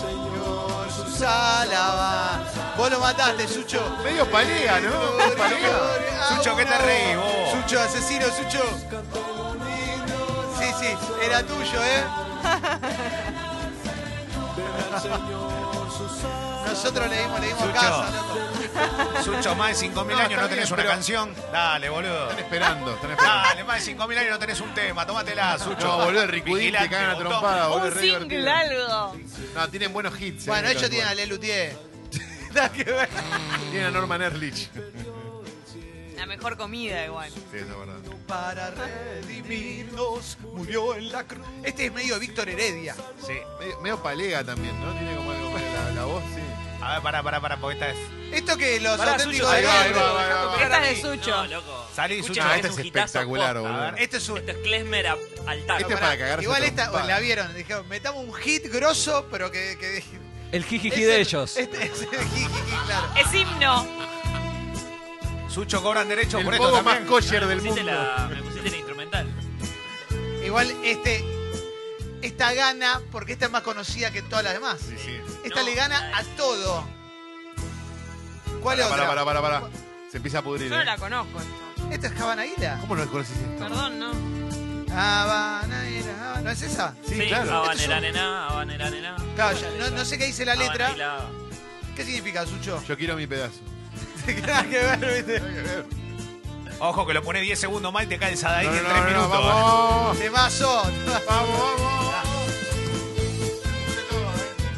Speaker 1: Señor, sus alabanzas. Vos lo mataste, Sucho.
Speaker 2: Medio palea, ¿no? Medio palea.
Speaker 1: Gloria a
Speaker 4: Sucho, ¿qué te
Speaker 1: una
Speaker 4: reís
Speaker 1: voz.
Speaker 4: vos?
Speaker 1: Sucho, asesino, Sucho. Sí, sí, era tuyo, ¿eh? Nosotros le dimos, le dimos
Speaker 4: Sucho.
Speaker 1: casa, loco.
Speaker 4: Sucho, más de 5.000
Speaker 2: No,
Speaker 4: años
Speaker 2: está
Speaker 4: no tenés
Speaker 2: bien,
Speaker 4: una
Speaker 2: pero-
Speaker 4: canción. Dale, boludo.
Speaker 2: Están esperando, están esperando.
Speaker 4: Dale, más de 5.000 años no tenés un tema. Tómatela,
Speaker 1: Ah.
Speaker 4: Sucho.
Speaker 2: No, boludo, el Ricudín te
Speaker 4: Vigilante,
Speaker 2: cagan a
Speaker 4: botón.
Speaker 2: trompada, boludo.
Speaker 3: Un
Speaker 2: es re
Speaker 3: single,
Speaker 2: divertido.
Speaker 3: algo.
Speaker 2: No, tienen buenos hits.
Speaker 1: Bueno,
Speaker 2: eh,
Speaker 1: ellos tienen a
Speaker 2: Tal cual.
Speaker 1: Lelu Tier. Nada que ver.
Speaker 2: Tienen a Norman Erlich.
Speaker 3: La mejor comida, igual.
Speaker 2: Sí, eso es verdad.
Speaker 1: Para redimirnos, murió en la cruz. Este es medio Víctor Heredia.
Speaker 4: Sí.
Speaker 2: Medio, medio palega también, ¿no? Tiene como algo la, la voz, sí.
Speaker 4: A ver, pará, pará, pará, porque esta es.
Speaker 1: Esto que los
Speaker 5: Pará,
Speaker 1: auténticos
Speaker 5: Sucho,
Speaker 1: de
Speaker 5: ahí va,
Speaker 2: ahí va, ahí va, ahí va.
Speaker 3: Esta es de Sucho.
Speaker 5: No, loco.
Speaker 4: Salí,
Speaker 5: Escuchen,
Speaker 4: Sucho.
Speaker 2: No,
Speaker 5: es
Speaker 2: esta
Speaker 5: un
Speaker 2: es
Speaker 5: hitazo
Speaker 2: espectacular,
Speaker 5: posta.
Speaker 2: boludo.
Speaker 4: A ver,
Speaker 1: Este es un.
Speaker 5: Esto es Klesmer a- al taco.
Speaker 2: Este es para cagarse
Speaker 1: Ah, Igual
Speaker 2: a
Speaker 1: esta
Speaker 2: trompadas.
Speaker 1: la vieron, dijeron, metamos un hit grosso, pero que. que
Speaker 7: El jijiji
Speaker 1: es
Speaker 7: de
Speaker 1: el-
Speaker 7: ellos.
Speaker 1: Este es el jijiji, claro.
Speaker 3: Es himno.
Speaker 4: Sucho cobran derecho
Speaker 2: El
Speaker 4: por esto
Speaker 2: pogo más
Speaker 4: también.
Speaker 2: kosher
Speaker 5: Me
Speaker 2: del mundo.
Speaker 5: pusiste, la, me pusiste la instrumental.
Speaker 1: Igual este. Esta gana, porque esta es más conocida que todas las demás.
Speaker 2: Sí, sí.
Speaker 1: Esta
Speaker 5: No,
Speaker 1: le gana a todo. ¿Cuál
Speaker 2: Pará,
Speaker 1: otra?
Speaker 2: pará, pará, pará, pará. Se empieza a pudrir.
Speaker 3: Yo no
Speaker 2: ¿eh?
Speaker 3: la conozco. esta.
Speaker 1: ¿Esta es Habana Aguila?
Speaker 2: ¿Cómo no conoces esto?
Speaker 3: Perdón, ¿no?
Speaker 1: Habana Aguila, ¿No es esa?
Speaker 2: Sí, claro.
Speaker 5: Habanera nena, habanera nena.
Speaker 1: Claro, ya- no, no sé qué
Speaker 2: Ah,
Speaker 1: dice la letra.
Speaker 5: Habanera.
Speaker 1: ¿Qué significa, Sucho?
Speaker 2: Yo quiero mi pedazo.
Speaker 1: Nada que ver, ¿viste?
Speaker 4: Ojo, que lo pone 10 segundos mal y te cae el
Speaker 2: No,
Speaker 4: Sadaí
Speaker 2: no,
Speaker 4: en
Speaker 2: no,
Speaker 4: 3
Speaker 2: no,
Speaker 4: minutos.
Speaker 2: vamos.
Speaker 1: Temazo.
Speaker 2: Vamos, vamos.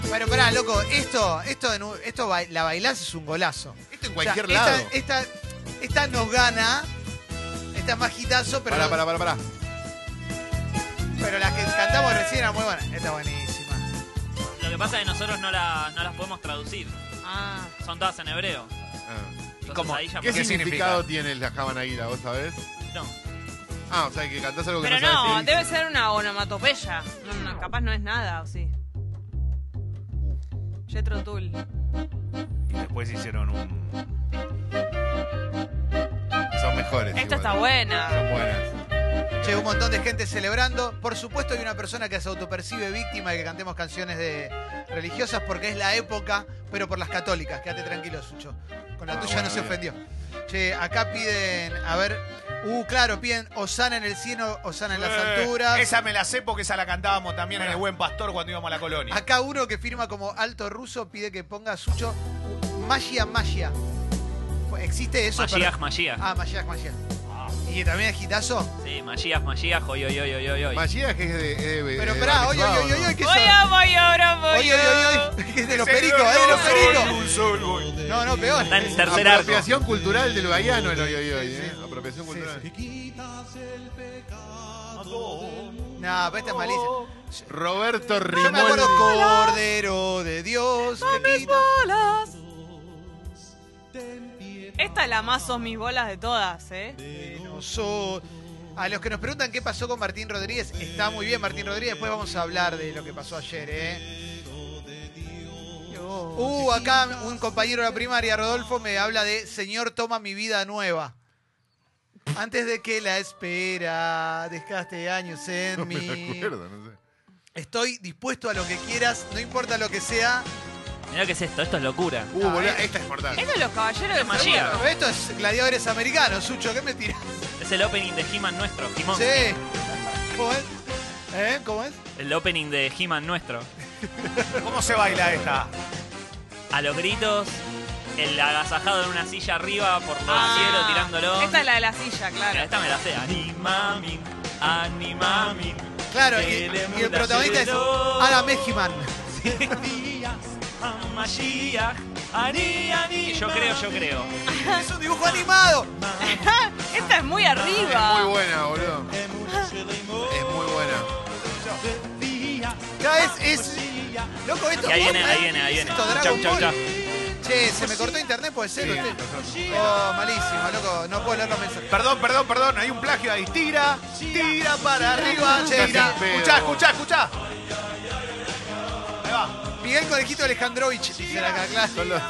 Speaker 1: Bueno, pará, loco, esto, esto, en un- esto ba- la bailás es un golazo.
Speaker 2: Esto en
Speaker 1: O sea,
Speaker 2: cualquier
Speaker 1: esta-
Speaker 2: lado.
Speaker 1: Esta, esta nos gana. Esta es más hitazo, pero,
Speaker 2: Pará, pará, pará, pará.
Speaker 1: pero la que cantamos recién era muy buena. Esta es buenísima.
Speaker 5: Lo que pasa es que nosotros no, la, no las podemos traducir.
Speaker 3: Ah.
Speaker 5: Son todas en hebreo.
Speaker 2: Ah.
Speaker 5: Entonces
Speaker 4: cómo?
Speaker 5: ahí ya
Speaker 2: ¿Qué,
Speaker 4: ¿Qué
Speaker 2: significado tiene la Habana Aguila, vos sabés?
Speaker 5: No.
Speaker 2: Ah, o sea, que cantás algo que
Speaker 3: Pero
Speaker 2: no sabés.
Speaker 3: no,
Speaker 2: qué
Speaker 3: debe ser una onomatopeya. No, no, capaz no es nada, ¿o sí?
Speaker 2: Uh.
Speaker 3: Jetro Tull.
Speaker 4: Y después hicieron un.
Speaker 2: dice. Son mejores.
Speaker 3: Esta
Speaker 2: igual.
Speaker 3: está buena.
Speaker 2: Son buenas.
Speaker 1: Llegó un montón de gente celebrando. Por supuesto hay una persona que se autopercibe víctima de que cantemos canciones de religiosas porque es la época, pero por las católicas. Quédate tranquilo, Sucho. Con la
Speaker 2: Ah,
Speaker 1: tuya
Speaker 2: bueno,
Speaker 1: no se
Speaker 2: bien.
Speaker 1: ofendió. Che, acá piden, a ver, uh, claro, piden Osana en el cielo, Osana en las
Speaker 4: Eh,
Speaker 1: alturas.
Speaker 4: Esa me la sé porque esa la cantábamos también en El Buen Pastor cuando íbamos a la
Speaker 2: Ah,
Speaker 4: colonia.
Speaker 1: Acá uno que firma como alto ruso pide que ponga Sucho uh, Magia Magia. ¿Existe eso?
Speaker 5: Mashiach,
Speaker 1: Pero-
Speaker 5: Mashiach.
Speaker 1: Ah, Magia Magia. Y también es gitazo.
Speaker 5: Sí, Mashiach, Mashiach, oy, oy, oy, oy, oy, oy.
Speaker 2: Magías que es de. es de-
Speaker 1: Pero
Speaker 2: de
Speaker 1: esperá,
Speaker 2: Barrio
Speaker 1: oye,
Speaker 2: Chihuahua,
Speaker 1: oye, oye,
Speaker 2: ¿no?
Speaker 1: que
Speaker 3: Voy a, voy ahora, voy
Speaker 1: Oye, oye, oye, que es de los pericos,
Speaker 2: eh,
Speaker 1: es de los pericos. No, no, peor.
Speaker 5: Está en tercer arco.
Speaker 2: Apropiación cultural del bahiano el hoy, hoy, hoy. ¿eh? Apropiación
Speaker 1: Sí,
Speaker 2: cultural.
Speaker 1: No, pero esta es malísima.
Speaker 2: Roberto
Speaker 1: Yo me acuerdo
Speaker 2: Rimoldi.
Speaker 1: Cordero de Dios. que quita-
Speaker 3: bolas. Esta es la más son mis bolas de todas, ¿eh?
Speaker 1: de nosotros. A los que nos preguntan qué pasó con Martín Rodríguez, está muy bien Martín Rodríguez, después vamos a hablar de lo que pasó ayer, ¿eh? Uh, acá un compañero de la primaria, Rodolfo, me habla de Señor toma mi vida nueva. Antes de que la espera desgaste años en
Speaker 2: No
Speaker 1: mí.
Speaker 2: me la acuerdo, no sé.
Speaker 1: Estoy dispuesto a lo que quieras, no importa lo que sea.
Speaker 5: Mirá qué es esto, esto es locura.
Speaker 2: Uh, boludo, esta es mortal.
Speaker 3: Eso es los caballeros de
Speaker 5: Magia.
Speaker 3: Magia.
Speaker 1: Pero esto es gladiadores americanos, Sucho, ¿qué me tiras?
Speaker 5: Es el opening de He-Man nuestro, Jimón.
Speaker 1: Sí. ¿Cómo es? ¿Eh? ¿Cómo es?
Speaker 5: El opening de He-Man nuestro.
Speaker 4: ¿Cómo se baila esta?
Speaker 5: A los gritos, el agasajado en una silla arriba por todo el cielo tirándolo.
Speaker 3: Ah, Esta es la de la silla,
Speaker 5: Mira,
Speaker 3: claro.
Speaker 5: esta me la sé. Animamin, animamin.
Speaker 1: Claro, y, y el protagonista es Adam Ejiman.
Speaker 5: Mashiach, Ani, Ani. Yo creo, yo creo.
Speaker 1: Es un dibujo animado.
Speaker 3: Esta es muy
Speaker 2: Es muy
Speaker 3: arriba.
Speaker 2: buena, boludo. Es muy buena.
Speaker 1: Cada vez es. Loco, esto
Speaker 5: Y ahí
Speaker 1: es-
Speaker 5: viene, ahí viene, ahí viene.
Speaker 1: Esto Dragon
Speaker 5: Chau, chau,
Speaker 1: Ball.
Speaker 5: chau.
Speaker 1: Che, se me cortó internet, puede ser.
Speaker 2: Sí,
Speaker 1: usted.
Speaker 2: nosotros.
Speaker 1: Oh, malísimo, loco. No puedo leer los mensajes.
Speaker 4: Perdón, perdón, perdón, hay un plagio ahí. Tira, tira para arriba,
Speaker 1: Casi
Speaker 4: tira.
Speaker 2: pedo.
Speaker 4: Escuchá, escuchá, escuchá. Ahí va.
Speaker 1: Miguel Conejito Alejandrovich. Será acá, claro.
Speaker 2: Son los,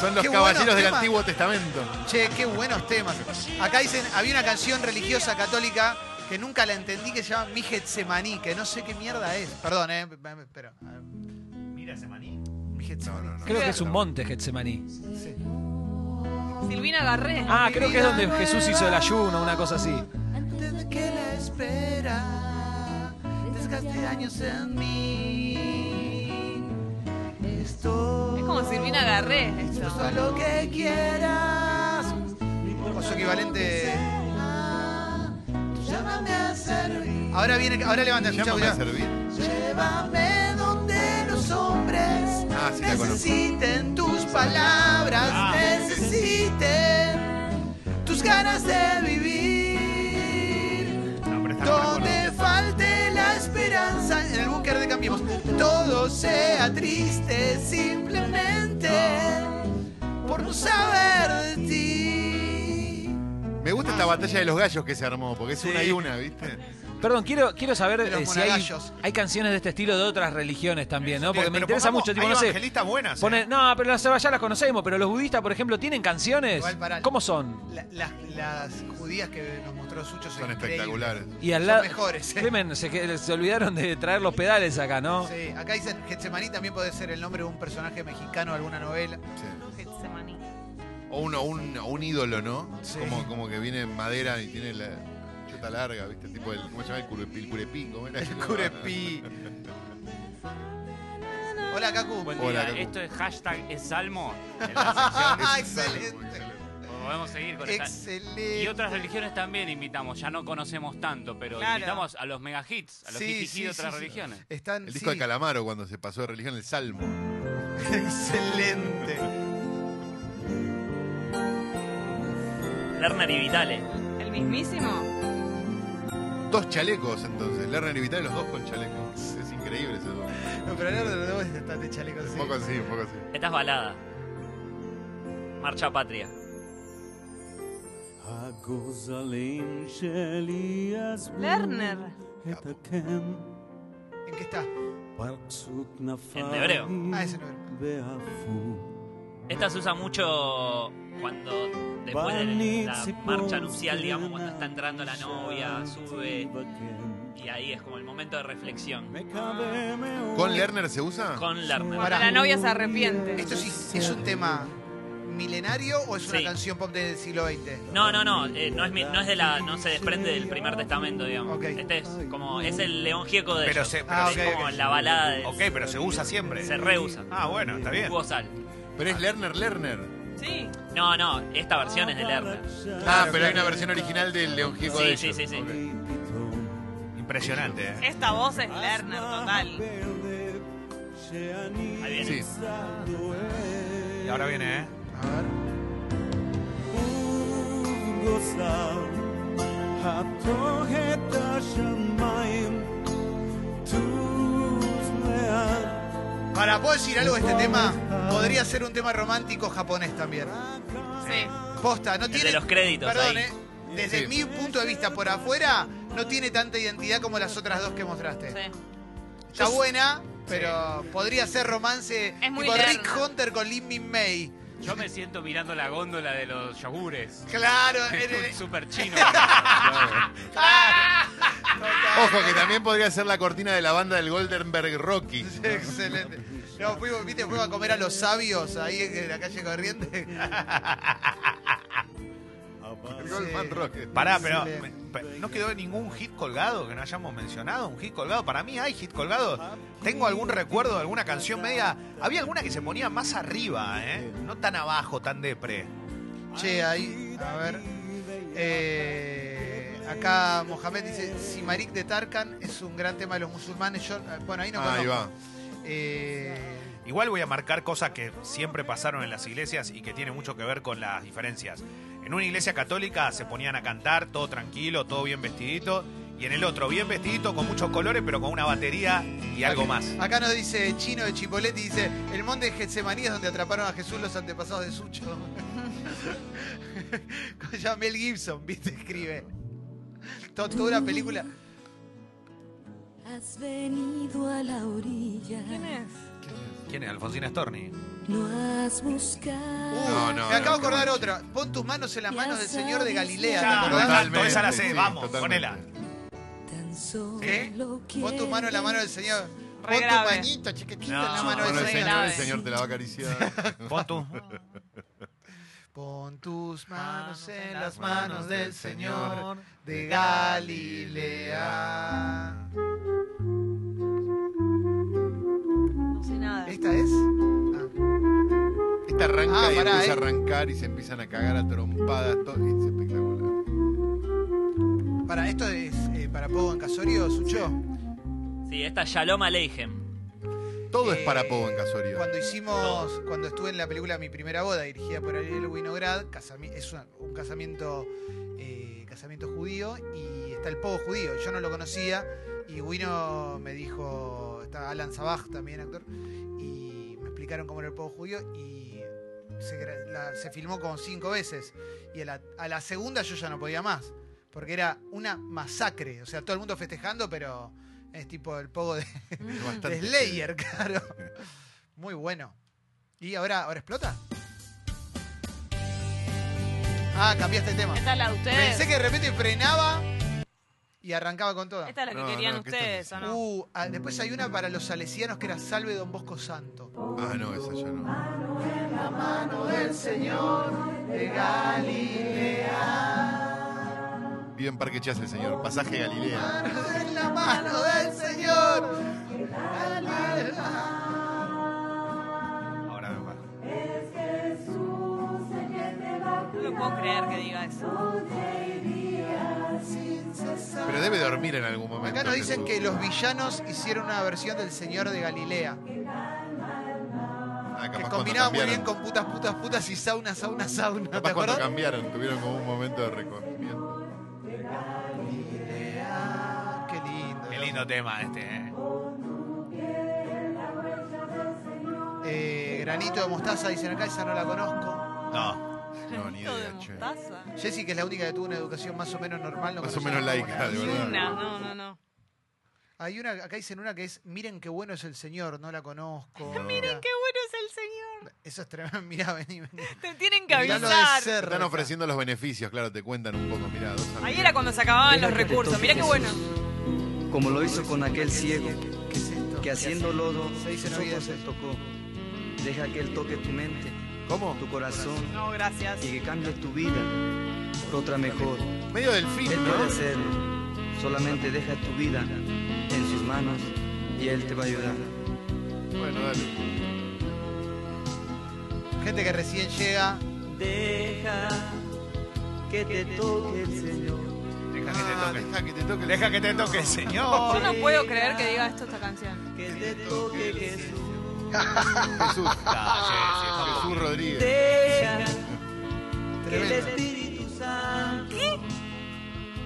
Speaker 2: son los
Speaker 1: Qué
Speaker 2: caballeros
Speaker 1: buenos
Speaker 2: del
Speaker 1: temas.
Speaker 2: Antiguo Testamento.
Speaker 1: Che, qué buenos temas. Acá dicen, había una canción religiosa católica que nunca la entendí que se llama Mi Getsemaní, que no sé qué mierda es. Perdón, eh, p- p- pero. a ver,
Speaker 4: Mira ese maní.
Speaker 1: Mi Getsemaní.
Speaker 2: No, no,
Speaker 7: Creo que es un monte Getsemaní.
Speaker 1: Sí.
Speaker 3: Silvina Garré.
Speaker 7: Ah, creo que es donde Jesús hizo el ayuno, una cosa así.
Speaker 1: Antes de que la espera desgaste años en mí. Esto
Speaker 3: Es como Silvina Garré. esto.
Speaker 1: Todo lo que quieras. O su equivalente. Llámame a servir. Ahora viene, ahora levanta, escucha,
Speaker 2: Llámame a
Speaker 1: escucha.
Speaker 2: servir.
Speaker 1: Llévame donde los hombres
Speaker 2: Ah, sí, la conozco. Ah.
Speaker 1: necesiten tus palabras, necesiten tus ganas de
Speaker 2: Ah,
Speaker 1: vivir.
Speaker 4: No, pero esta no me la conozco.
Speaker 1: Donde falte la esperanza en el búnker de Cambiemos, todo sea triste simplemente por no saber de ti.
Speaker 2: Me gusta esta batalla de los gallos que se armó, porque es
Speaker 5: Sí.
Speaker 2: una y una, ¿viste?
Speaker 7: Perdón, quiero, quiero saber
Speaker 1: De los
Speaker 7: eh, si hay,
Speaker 1: monagallos.
Speaker 7: hay canciones de este estilo de otras religiones también, ¿no? Porque me
Speaker 4: Pero
Speaker 7: interesa
Speaker 4: pongamos-
Speaker 7: mucho, tipo,
Speaker 4: hay
Speaker 7: no sé.
Speaker 4: evangelistas buenas.
Speaker 7: pone-
Speaker 4: eh.
Speaker 7: no, pero las ya las conocemos, pero los budistas, por ejemplo, ¿tienen canciones?
Speaker 1: Igual, pará.
Speaker 7: ¿Cómo son?
Speaker 1: las, judías que nos mostró Sucho
Speaker 2: Son espectaculares.
Speaker 7: Y al
Speaker 1: Son
Speaker 7: lado.
Speaker 1: mejores, eh.
Speaker 7: Clemen, se, que- se olvidaron de traer los pedales acá, ¿no?
Speaker 1: Sí, acá dicen Getsemaní también puede ser el nombre de un personaje mexicano de alguna novela.
Speaker 2: Sí.
Speaker 3: Getsemaní.
Speaker 2: O un, o un, o un ídolo, ¿no?
Speaker 1: Sí.
Speaker 2: Como, como que viene en madera y tiene la chuta larga, ¿viste? Tipo el, ¿cómo se llama? El curepí. El curepí, ¿cómo era?
Speaker 1: Curepí. Hola, Kaku.
Speaker 8: Buen
Speaker 2: Hola,
Speaker 8: día,
Speaker 2: Cacu.
Speaker 8: esto es hashtag es salmo. en la
Speaker 1: Ah,
Speaker 2: Excelente.
Speaker 1: excelente.
Speaker 8: sección. Podemos seguir con esta.
Speaker 1: Excelente.
Speaker 8: Y otras religiones también invitamos, ya no conocemos tanto, pero
Speaker 3: Claro.
Speaker 8: invitamos a los mega hits, a los
Speaker 1: Sí,
Speaker 8: jijiji
Speaker 1: sí,
Speaker 8: de otras
Speaker 1: sí, sí.
Speaker 8: religiones.
Speaker 1: Están,
Speaker 2: El disco
Speaker 1: sí.
Speaker 2: de Calamaro cuando se pasó de religión, el Salmo.
Speaker 1: Excelente.
Speaker 5: Lerner y Vitale.
Speaker 3: El mismísimo.
Speaker 2: Dos chalecos, entonces. Lerner y Vital, los dos con chalecos. Es increíble ese dos.
Speaker 1: No, pero ahora los dos están de chaleco
Speaker 2: Un
Speaker 1: sí.
Speaker 2: poco así, un poco así.
Speaker 5: Esta es balada. Marcha patria.
Speaker 6: הגוזלים שלי עזבו
Speaker 3: Lerner.
Speaker 6: את הקם,
Speaker 1: ¿En qué está?
Speaker 6: פרצו כנפיים
Speaker 5: hebreo.
Speaker 1: Ah, ese no era.
Speaker 6: ועפו.
Speaker 5: Esta se usa mucho cuando después de la marcha nupcial, digamos, cuando está entrando la novia, sube y ahí es como el momento de reflexión.
Speaker 6: מקווה מאוד.
Speaker 2: ¿Con Lerner se usa?
Speaker 5: Con Lerner.
Speaker 1: Pará.
Speaker 3: Cuando la novia se arrepiente.
Speaker 1: ¿Esto sí es un tema milenario o es una
Speaker 5: Sí.
Speaker 1: canción pop del siglo XX?
Speaker 5: No, no, no, eh, no, es, mi- no es de la, no se desprende del primer testamento, digamos.
Speaker 1: Ok.
Speaker 5: Este es como, es el león gieco de
Speaker 4: Pero
Speaker 5: ellos.
Speaker 4: se, pero
Speaker 1: Ah,
Speaker 4: se-
Speaker 5: Es
Speaker 1: ok,
Speaker 5: como la balada de,
Speaker 4: ok, pero se usa siempre.
Speaker 5: se reusa.
Speaker 4: Ah, bueno, está bien.
Speaker 5: Hugo Sal.
Speaker 2: Pero es Lerner, Lerner.
Speaker 3: Sí.
Speaker 5: No, no, esta versión es de Lerner.
Speaker 2: ah, pero hay una versión original del León Gieco
Speaker 5: Sí,
Speaker 2: de
Speaker 5: sí,
Speaker 2: ellos.
Speaker 5: sí, sí.
Speaker 2: Ok.
Speaker 4: Impresionante, eh.
Speaker 3: Esta voz es Lerner, total.
Speaker 6: verde שאני
Speaker 5: Ahí viene.
Speaker 2: Sí.
Speaker 4: Y ahora viene, eh.
Speaker 1: A ver.
Speaker 6: ובבשר הפתוח את השמיים טוב מעט
Speaker 1: Para, ¿puedo decir algo de este tema? Podría ser un tema romántico japonés también.
Speaker 3: Sí.
Speaker 1: Posta, no
Speaker 5: El
Speaker 1: tiene.
Speaker 5: de los créditos,
Speaker 1: Perdón,
Speaker 5: ahí.
Speaker 1: eh. Desde
Speaker 2: Sí.
Speaker 1: mi punto de vista por afuera, no tiene tanta identidad como las otras dos que mostraste.
Speaker 3: Sí.
Speaker 1: Está buena, pero podría ser romance
Speaker 3: Es muy
Speaker 1: tipo
Speaker 3: lerna.
Speaker 1: Rick Hunter con Lin May.
Speaker 8: Yo me siento mirando la góndola de los yogures.
Speaker 1: Claro, en
Speaker 8: Es
Speaker 1: el-
Speaker 8: un super chino.
Speaker 2: Ojo, que también podría ser la cortina de la banda del Goldenberg Rocky.
Speaker 1: Sí, Excelente. No, fuimos, viste, fuimos a comer a los sabios ahí en la calle Corrientes.
Speaker 2: El Goldman Rocket.
Speaker 4: Pará, pero
Speaker 1: Excelente.
Speaker 4: me- pe- no quedó ningún hit colgado que no hayamos mencionado. Un hit colgado. Para mí hay hit colgado. Tengo algún recuerdo de alguna canción media. Había alguna que se ponía más arriba, ¿eh? No tan abajo, tan depre.
Speaker 1: Che, ahí, a ver. Eh, acá Mohamed dice, Simarik de Tarkan es un gran tema de los musulmanes. Yo, bueno, ahí no
Speaker 2: Ah, Ahí
Speaker 1: conozco.
Speaker 2: va.
Speaker 1: Eh,
Speaker 4: Igual voy a marcar cosas que siempre pasaron en las iglesias y que tiene mucho que ver con las diferencias. En una iglesia católica se ponían a cantar, todo tranquilo, todo bien vestidito. Y en el otro, bien vestidito, con muchos colores, pero con una batería y algo más.
Speaker 1: acá nos dice Chino de Chipoletti, dice, el monte de Getsemaní es donde atraparon a Jesús los antepasados de Sucho. Con Jamel Gibson, viste, escribe. To- Toda una película.
Speaker 9: Has venido a la orilla,
Speaker 3: ¿Quién es?
Speaker 4: ¿Quién es? Alfonsina Storni.
Speaker 9: no has buscado.
Speaker 2: No, no,
Speaker 1: Uh, Me acabo de
Speaker 2: no,
Speaker 1: acordar
Speaker 2: no.
Speaker 1: otra. Pon tus manos en las manos del señor de Galilea. ¿te
Speaker 9: Ya,
Speaker 1: acordás?
Speaker 4: totalmente. Esa la sé,
Speaker 2: sí,
Speaker 4: vamos,
Speaker 2: totalmente.
Speaker 4: ponela.
Speaker 9: Tan solo
Speaker 1: ¿Qué? Pon tu mano en la mano del señor. Pon
Speaker 3: Re
Speaker 1: tu
Speaker 3: grave.
Speaker 1: manito chiquitito en la
Speaker 8: No,
Speaker 1: mano
Speaker 2: Bueno,
Speaker 1: del
Speaker 3: Soy
Speaker 2: el señor,
Speaker 1: señor.
Speaker 2: el
Speaker 3: grave.
Speaker 2: señor te la va a acariciar.
Speaker 4: Pon tú.
Speaker 1: Pon tus manos en las manos del señor de Galilea.
Speaker 3: No sé nada.
Speaker 1: ¿Esta es? Ah,
Speaker 2: Esta Este arranca
Speaker 1: Ah,
Speaker 2: y
Speaker 1: pará,
Speaker 2: empieza
Speaker 1: eh.
Speaker 2: a arrancar y se empiezan a cagar a trompadas. Todo. Es espectacular.
Speaker 1: Para, ¿esto es eh, para Pogo en Casorio, Sucho?
Speaker 5: Sí, esta es Shalom Aleichem.
Speaker 2: Todo es
Speaker 1: Eh,
Speaker 2: para Pogo en Casorio.
Speaker 1: Cuando hicimos, cuando estuve en la película Mi Primera Boda, dirigida por Ariel Winograd, casami- es una- un casamiento, eh, casamiento judío y está el pogo judío. Yo no lo conocía y Wino me dijo, está Alan Sabaj también, actor, y me explicaron cómo era el pogo judío y se, gra- la- se filmó como cinco veces y a la, a la segunda yo ya no podía más porque era una masacre. O sea, todo el mundo festejando, pero es tipo el pogo de
Speaker 2: Es
Speaker 3: Mm.
Speaker 2: bastante-
Speaker 1: de Slayer, claro. Muy bueno. ¿Y ahora, ahora explota? Ah, cambiaste el tema.
Speaker 3: Esta es la de ustedes.
Speaker 1: Pensé que de repente frenaba y arrancaba con toda.
Speaker 3: Esta es la que
Speaker 2: No,
Speaker 3: querían
Speaker 2: no, que esta
Speaker 3: ustedes,
Speaker 2: es-
Speaker 3: ¿o no?
Speaker 1: Uh, ah, después hay una para los salesianos que era Salve Don Bosco Santo.
Speaker 2: Ah, no, esa ya no.
Speaker 1: La mano del Señor de Galilea.
Speaker 2: Vive en Parque Chas el señor. Pasaje Galilea.
Speaker 1: la mano del Señor.
Speaker 4: Ahora me paro.
Speaker 3: No lo puedo creer que diga eso.
Speaker 2: Pero debe dormir en algún momento.
Speaker 1: Acá nos dicen
Speaker 2: Jesús.
Speaker 1: que los villanos hicieron una versión del Señor de Galilea.
Speaker 2: Ah, capaz
Speaker 1: Que
Speaker 2: cuando
Speaker 1: combinaba muy bien
Speaker 2: cambiaron.
Speaker 1: con putas, putas, putas y sauna, sauna, sauna. ¿Te
Speaker 2: Capaz cuando
Speaker 1: acuerdas?
Speaker 2: cambiaron, tuvieron como un momento de recogimiento.
Speaker 1: Qué lindo.
Speaker 4: Qué lindo tema este, ¿eh?
Speaker 1: Eh, granito de mostaza, dicen acá, esa no la conozco.
Speaker 4: No.
Speaker 2: No, ni
Speaker 3: Granito de
Speaker 2: idea, che.
Speaker 3: mostaza.
Speaker 1: Jessie, que es la única que tuvo una educación más o menos normal. no
Speaker 2: Más o
Speaker 1: conoce
Speaker 2: menos
Speaker 1: nada.
Speaker 2: laica, de
Speaker 3: Ni
Speaker 2: verdad.
Speaker 3: una, no, no, no.
Speaker 1: Hay una, acá dicen una que es, miren qué bueno es el señor, no la conozco.
Speaker 3: Miren qué bueno es el señor.
Speaker 1: Eso es tremendo, mirá, vení, vení.
Speaker 3: Te tienen que
Speaker 1: Mirá lo de
Speaker 3: avisar.
Speaker 1: cerca.
Speaker 2: Están ofreciendo los beneficios, claro, te cuentan un poco, mirá. dos
Speaker 3: Ahí
Speaker 2: amigos.
Speaker 3: era cuando se acababan los
Speaker 10: Déjate
Speaker 3: recursos. Mirá qué
Speaker 10: entonces,
Speaker 3: bueno.
Speaker 10: como lo hizo con aquel ciego,
Speaker 1: ¿Qué es esto?
Speaker 10: que haciendo lodo
Speaker 1: Se dice
Speaker 10: sus
Speaker 1: no
Speaker 10: ojos se
Speaker 1: olvides.
Speaker 10: tocó. Deja que él toque tu mente,
Speaker 2: ¿Cómo?
Speaker 10: tu corazón
Speaker 3: No, gracias.
Speaker 10: y que cambie tu vida por otra mejor.
Speaker 2: Medio delfín,
Speaker 10: Él puede
Speaker 2: ¿no?
Speaker 10: hacerlo. Solamente deja tu vida en sus manos y él te va a ayudar.
Speaker 2: Bueno, dale.
Speaker 1: Gente que recién llega.
Speaker 10: Deja que te toque el Señor.
Speaker 4: Deja
Speaker 2: Ah, Deja que
Speaker 4: que te toque.
Speaker 2: te toque. el-
Speaker 4: Deja que te toque, señor.
Speaker 3: Yo no puedo creer que diga esto esta canción.
Speaker 10: Que te toque Jesús.
Speaker 2: Jesús.
Speaker 4: Ah,
Speaker 2: Jesús Rodríguez.
Speaker 10: Deja que el
Speaker 1: Tremendo.
Speaker 10: Espíritu Santo.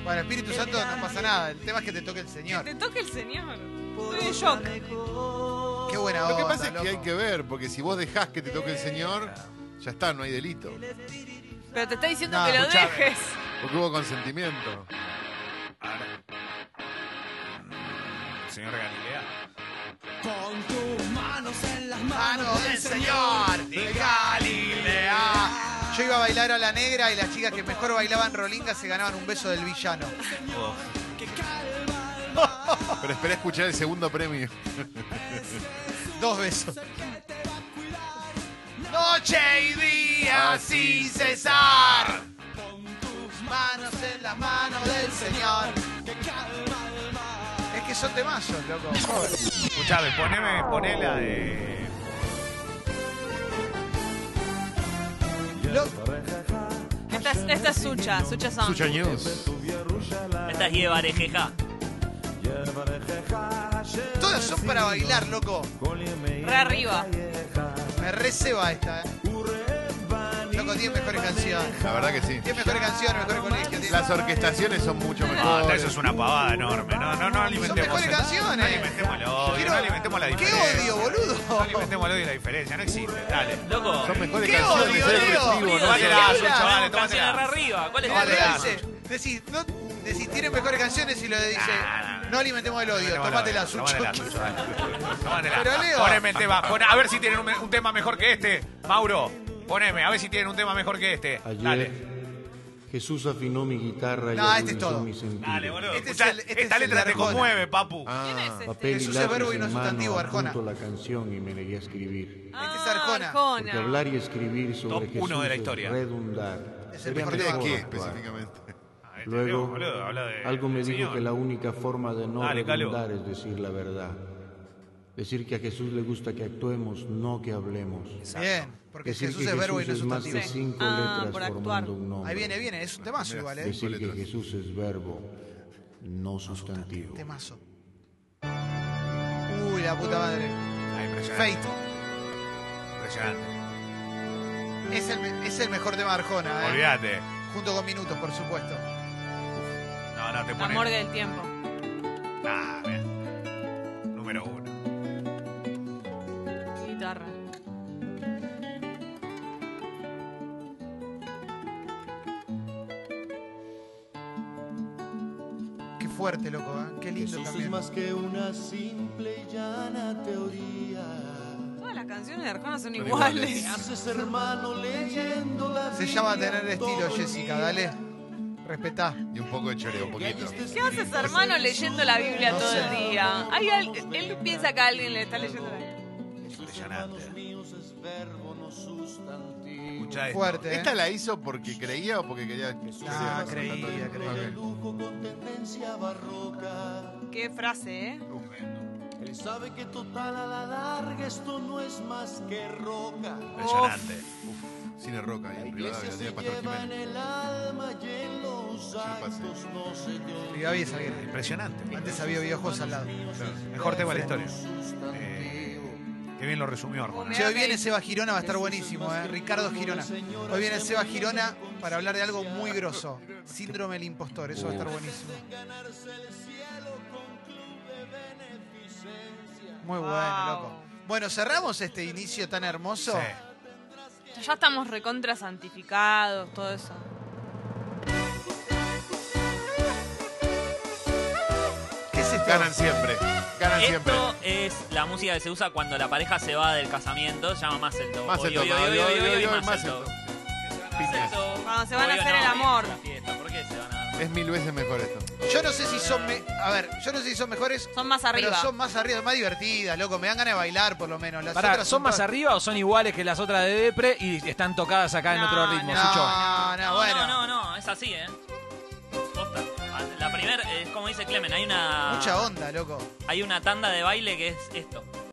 Speaker 1: Bueno, Espíritu Santo no pasa nada, el tema es que te toque el
Speaker 3: Que
Speaker 1: señor.
Speaker 3: te toque el señor.
Speaker 10: por
Speaker 3: Estoy
Speaker 10: otra
Speaker 3: en shock.
Speaker 10: mejor.
Speaker 1: Qué buena
Speaker 2: Lo que
Speaker 1: onda,
Speaker 2: pasa es que
Speaker 1: loco.
Speaker 2: hay que ver, porque si vos dejás que te toque el Señor, ya está, no hay delito.
Speaker 3: Pero te está diciendo
Speaker 1: No,
Speaker 3: que lo
Speaker 1: escuchame.
Speaker 3: dejes.
Speaker 2: Porque hubo consentimiento.
Speaker 4: Ahora. Señor Galilea.
Speaker 6: Con tus manos en las
Speaker 4: Ah,
Speaker 11: Ah,
Speaker 1: Mano del Señor
Speaker 4: De Galilea.
Speaker 1: Yo iba a bailar a la negra y las chicas que mejor bailaban rolinga se ganaban un beso del villano.
Speaker 2: Pero esperé a escuchar el segundo premio.
Speaker 1: Dos besos. Noche y
Speaker 2: Ah,
Speaker 1: día sin cesar. Tus manos en las manos del Señor. Es que son temazos, loco. Joder.
Speaker 4: Escuchame, poneme, poné la de.
Speaker 3: Esta es, esta es Sucha, Sucha
Speaker 1: Ah.
Speaker 3: Song.
Speaker 2: Sucha News.
Speaker 5: Esta es Lleva Arejeja.
Speaker 1: Todas son para bailar, loco.
Speaker 3: Re arriba.
Speaker 1: Ah, Me receba esta, eh. Loco, tiene mejores canciones.
Speaker 2: La verdad que sí.
Speaker 1: Tiene mejores canciones, mejores colegio. tiene-
Speaker 2: Las orquestaciones son mucho
Speaker 4: Ah, No,
Speaker 2: mejores.
Speaker 4: esta- eso es una pavada enorme. No, no, no
Speaker 1: Son
Speaker 4: alimentemos.
Speaker 1: mejores
Speaker 4: No
Speaker 1: canciones.
Speaker 4: alimentemos el odio,
Speaker 1: Quiero-
Speaker 4: no alimentemos la
Speaker 1: ¡Qué
Speaker 4: diferencia.
Speaker 1: odio,
Speaker 4: No
Speaker 1: boludo!
Speaker 4: alimentemos el odio y la diferencia, no existe. Dale.
Speaker 5: Loco,
Speaker 2: Son mejores
Speaker 1: ¡Qué
Speaker 2: canciones.
Speaker 1: odio,
Speaker 2: es
Speaker 1: Leo!
Speaker 2: depresivo, ¿no?
Speaker 1: Vale,
Speaker 4: Tómatela,
Speaker 1: habla?
Speaker 4: Sucho, dale,
Speaker 5: canciones re
Speaker 4: tómatela.
Speaker 5: arriba. ¿Cuál es
Speaker 1: Cuando lo
Speaker 5: la
Speaker 4: Tómatela.
Speaker 1: dice, decís, no, decís, tienen mejores canciones y lo dice,
Speaker 4: Ah, no.
Speaker 1: no alimentemos el odio, tómatela, Sucho.
Speaker 4: Tómatela, Sucho, dale. Tómatela.
Speaker 1: Pero, Leo.
Speaker 4: Poneme el tema. pon- a ver si tienen un, me- un tema mejor que este. Mauro, poneme. A ver si tienen un tema mejor que este.
Speaker 11: Ayer
Speaker 4: Dale.
Speaker 11: Jesús afinó mi guitarra y
Speaker 1: No, este es
Speaker 11: agudizó
Speaker 1: todo.
Speaker 11: mi sentido.
Speaker 4: Dale, boludo.
Speaker 1: Este es
Speaker 4: Escuchá,
Speaker 1: el- este
Speaker 4: esta
Speaker 1: es el
Speaker 4: letra te
Speaker 1: Arjona.
Speaker 4: conmueve, papu.
Speaker 11: Ah,
Speaker 3: ¿Quién es este?
Speaker 11: Papel y
Speaker 1: Jesús es
Speaker 11: lápiz
Speaker 1: verbo y no
Speaker 11: en
Speaker 1: es
Speaker 11: mano,
Speaker 1: sustantivo, Arjona.
Speaker 11: apunto la canción y me negué a escribir.
Speaker 3: Ah,
Speaker 1: Este es Arjona.
Speaker 11: Porque hablar y escribir sobre
Speaker 4: Top
Speaker 11: Jesús
Speaker 4: uno de la
Speaker 11: es
Speaker 4: historia.
Speaker 11: redundar.
Speaker 1: Es el
Speaker 11: Sería
Speaker 1: mejor
Speaker 2: ¿De
Speaker 1: tema. pues,
Speaker 11: mejor
Speaker 2: qué
Speaker 11: actuar.
Speaker 2: específicamente?
Speaker 4: Ah, este Leo,
Speaker 11: Luego,
Speaker 4: boludo, habla de-
Speaker 1: Eh,
Speaker 11: algo me
Speaker 4: del
Speaker 11: dijo
Speaker 4: Señor.
Speaker 11: que la única forma de no
Speaker 4: Dale, Calvo.
Speaker 11: redundar es decir la verdad. Decir que a Jesús le gusta que actuemos, no que hablemos.
Speaker 1: Bien, porque
Speaker 11: Decir
Speaker 1: Jesús
Speaker 11: que
Speaker 1: es verbo y no es
Speaker 11: Jesús es más de
Speaker 1: sustantivo.
Speaker 11: cinco
Speaker 3: Ah, por
Speaker 11: letras
Speaker 3: actuar.
Speaker 11: formando un nombre.
Speaker 1: Ahí viene, viene, es un temazo igual, ¿eh?
Speaker 11: Decir que Jesús es verbo, no sustantivo.
Speaker 1: Temazo. Uy, la puta madre.
Speaker 4: Ah, impresionante,
Speaker 1: Fate.
Speaker 4: impresionante.
Speaker 1: Es el, me- es el mejor tema de Arjona, ¿eh?
Speaker 4: Olvídate.
Speaker 1: Junto con Minutos, por supuesto.
Speaker 4: No, no te
Speaker 3: La
Speaker 4: pones.
Speaker 3: morgue del tiempo.
Speaker 4: Ah, bien. Número uno.
Speaker 3: Guitarra.
Speaker 1: Qué fuerte, loco, ¿eh? Qué lindo
Speaker 6: Jesús es
Speaker 1: también.
Speaker 6: más que una simple y llana teoría.
Speaker 3: Todas las canciones de Arjona son
Speaker 2: iguales.
Speaker 3: iguales.
Speaker 6: Haces hermano leyendo la
Speaker 1: Se llama tener estilo, Jessica, dale. Respetá.
Speaker 2: Y un poco de choreo, un poquito.
Speaker 6: este
Speaker 3: ¿Qué haces, hermano, leyendo la Biblia
Speaker 1: No
Speaker 3: todo
Speaker 1: sé.
Speaker 3: el día? Hay al- él piensa que alguien le está leyendo la Biblia.
Speaker 4: Impresionante.
Speaker 11: Escucha,
Speaker 4: Escuchá esto.
Speaker 1: Fuerte, ¿eh?
Speaker 2: ¿Esta la hizo porque creía o porque quería que
Speaker 1: Ah,
Speaker 2: sea
Speaker 1: creía, creía.
Speaker 2: Ok.
Speaker 6: con tendencia barroca.
Speaker 3: Qué frase, ¿eh?
Speaker 6: Él sabe que total a la larga esto no es más que roca.
Speaker 4: Impresionante.
Speaker 2: Cine Roca, ahí en privada,
Speaker 6: Iglesia
Speaker 2: que la
Speaker 6: se
Speaker 2: tiene Pastor
Speaker 6: lleva en
Speaker 2: Jiménez.
Speaker 6: el alma y en
Speaker 2: el
Speaker 6: los
Speaker 2: pase.
Speaker 6: actos no se te
Speaker 1: Y Gaby es alguien.
Speaker 4: Impresionante.
Speaker 1: Antes había videojuegos al lado.
Speaker 4: Mejor tema de la historia. Eh, qué bien lo resumió Arjona.
Speaker 1: Che, hoy viene Seba Girona, va a estar buenísimo, ¿eh? Ricardo Girona. Hoy viene Seba Girona para hablar de algo muy grosso. Síndrome del impostor, eso va a estar buenísimo. Muy bueno,
Speaker 3: Wow.
Speaker 1: loco. Bueno, cerramos este inicio tan hermoso.
Speaker 4: Sí.
Speaker 3: Ya estamos recontra santificados, todo eso.
Speaker 1: ¿Qué es esto?
Speaker 2: Ganan siempre, ganan siempre.
Speaker 5: Esto es la música que se usa cuando la pareja se va del casamiento. Se llama más el toque.
Speaker 2: Más el toque, hoy, hoy, hoy, hoy, más el toque. Piñas.
Speaker 3: Cuando se van a hacer el amor.
Speaker 5: ¿Por qué se van a dar?
Speaker 2: Es mil veces mejor esto.
Speaker 1: Yo no sé si son... me- A ver, yo no sé si son mejores...
Speaker 3: Son más arriba.
Speaker 1: Pero son más arriba, más divertidas, loco. Me dan ganas de bailar, por lo menos. Las
Speaker 7: Pará,
Speaker 1: otras
Speaker 7: ¿son más
Speaker 1: todas-
Speaker 7: arriba o son iguales que las otras de Depre y están tocadas acá en
Speaker 3: No,
Speaker 7: otro ritmo,
Speaker 3: no.
Speaker 7: Sucho?
Speaker 1: No, no,
Speaker 5: No,
Speaker 1: bueno.
Speaker 5: no, no, no, es así, ¿eh? Posta. Ah, La primera, es como dice Clemen, hay una,
Speaker 1: Mucha onda, loco.
Speaker 5: hay una tanda de baile que es esto.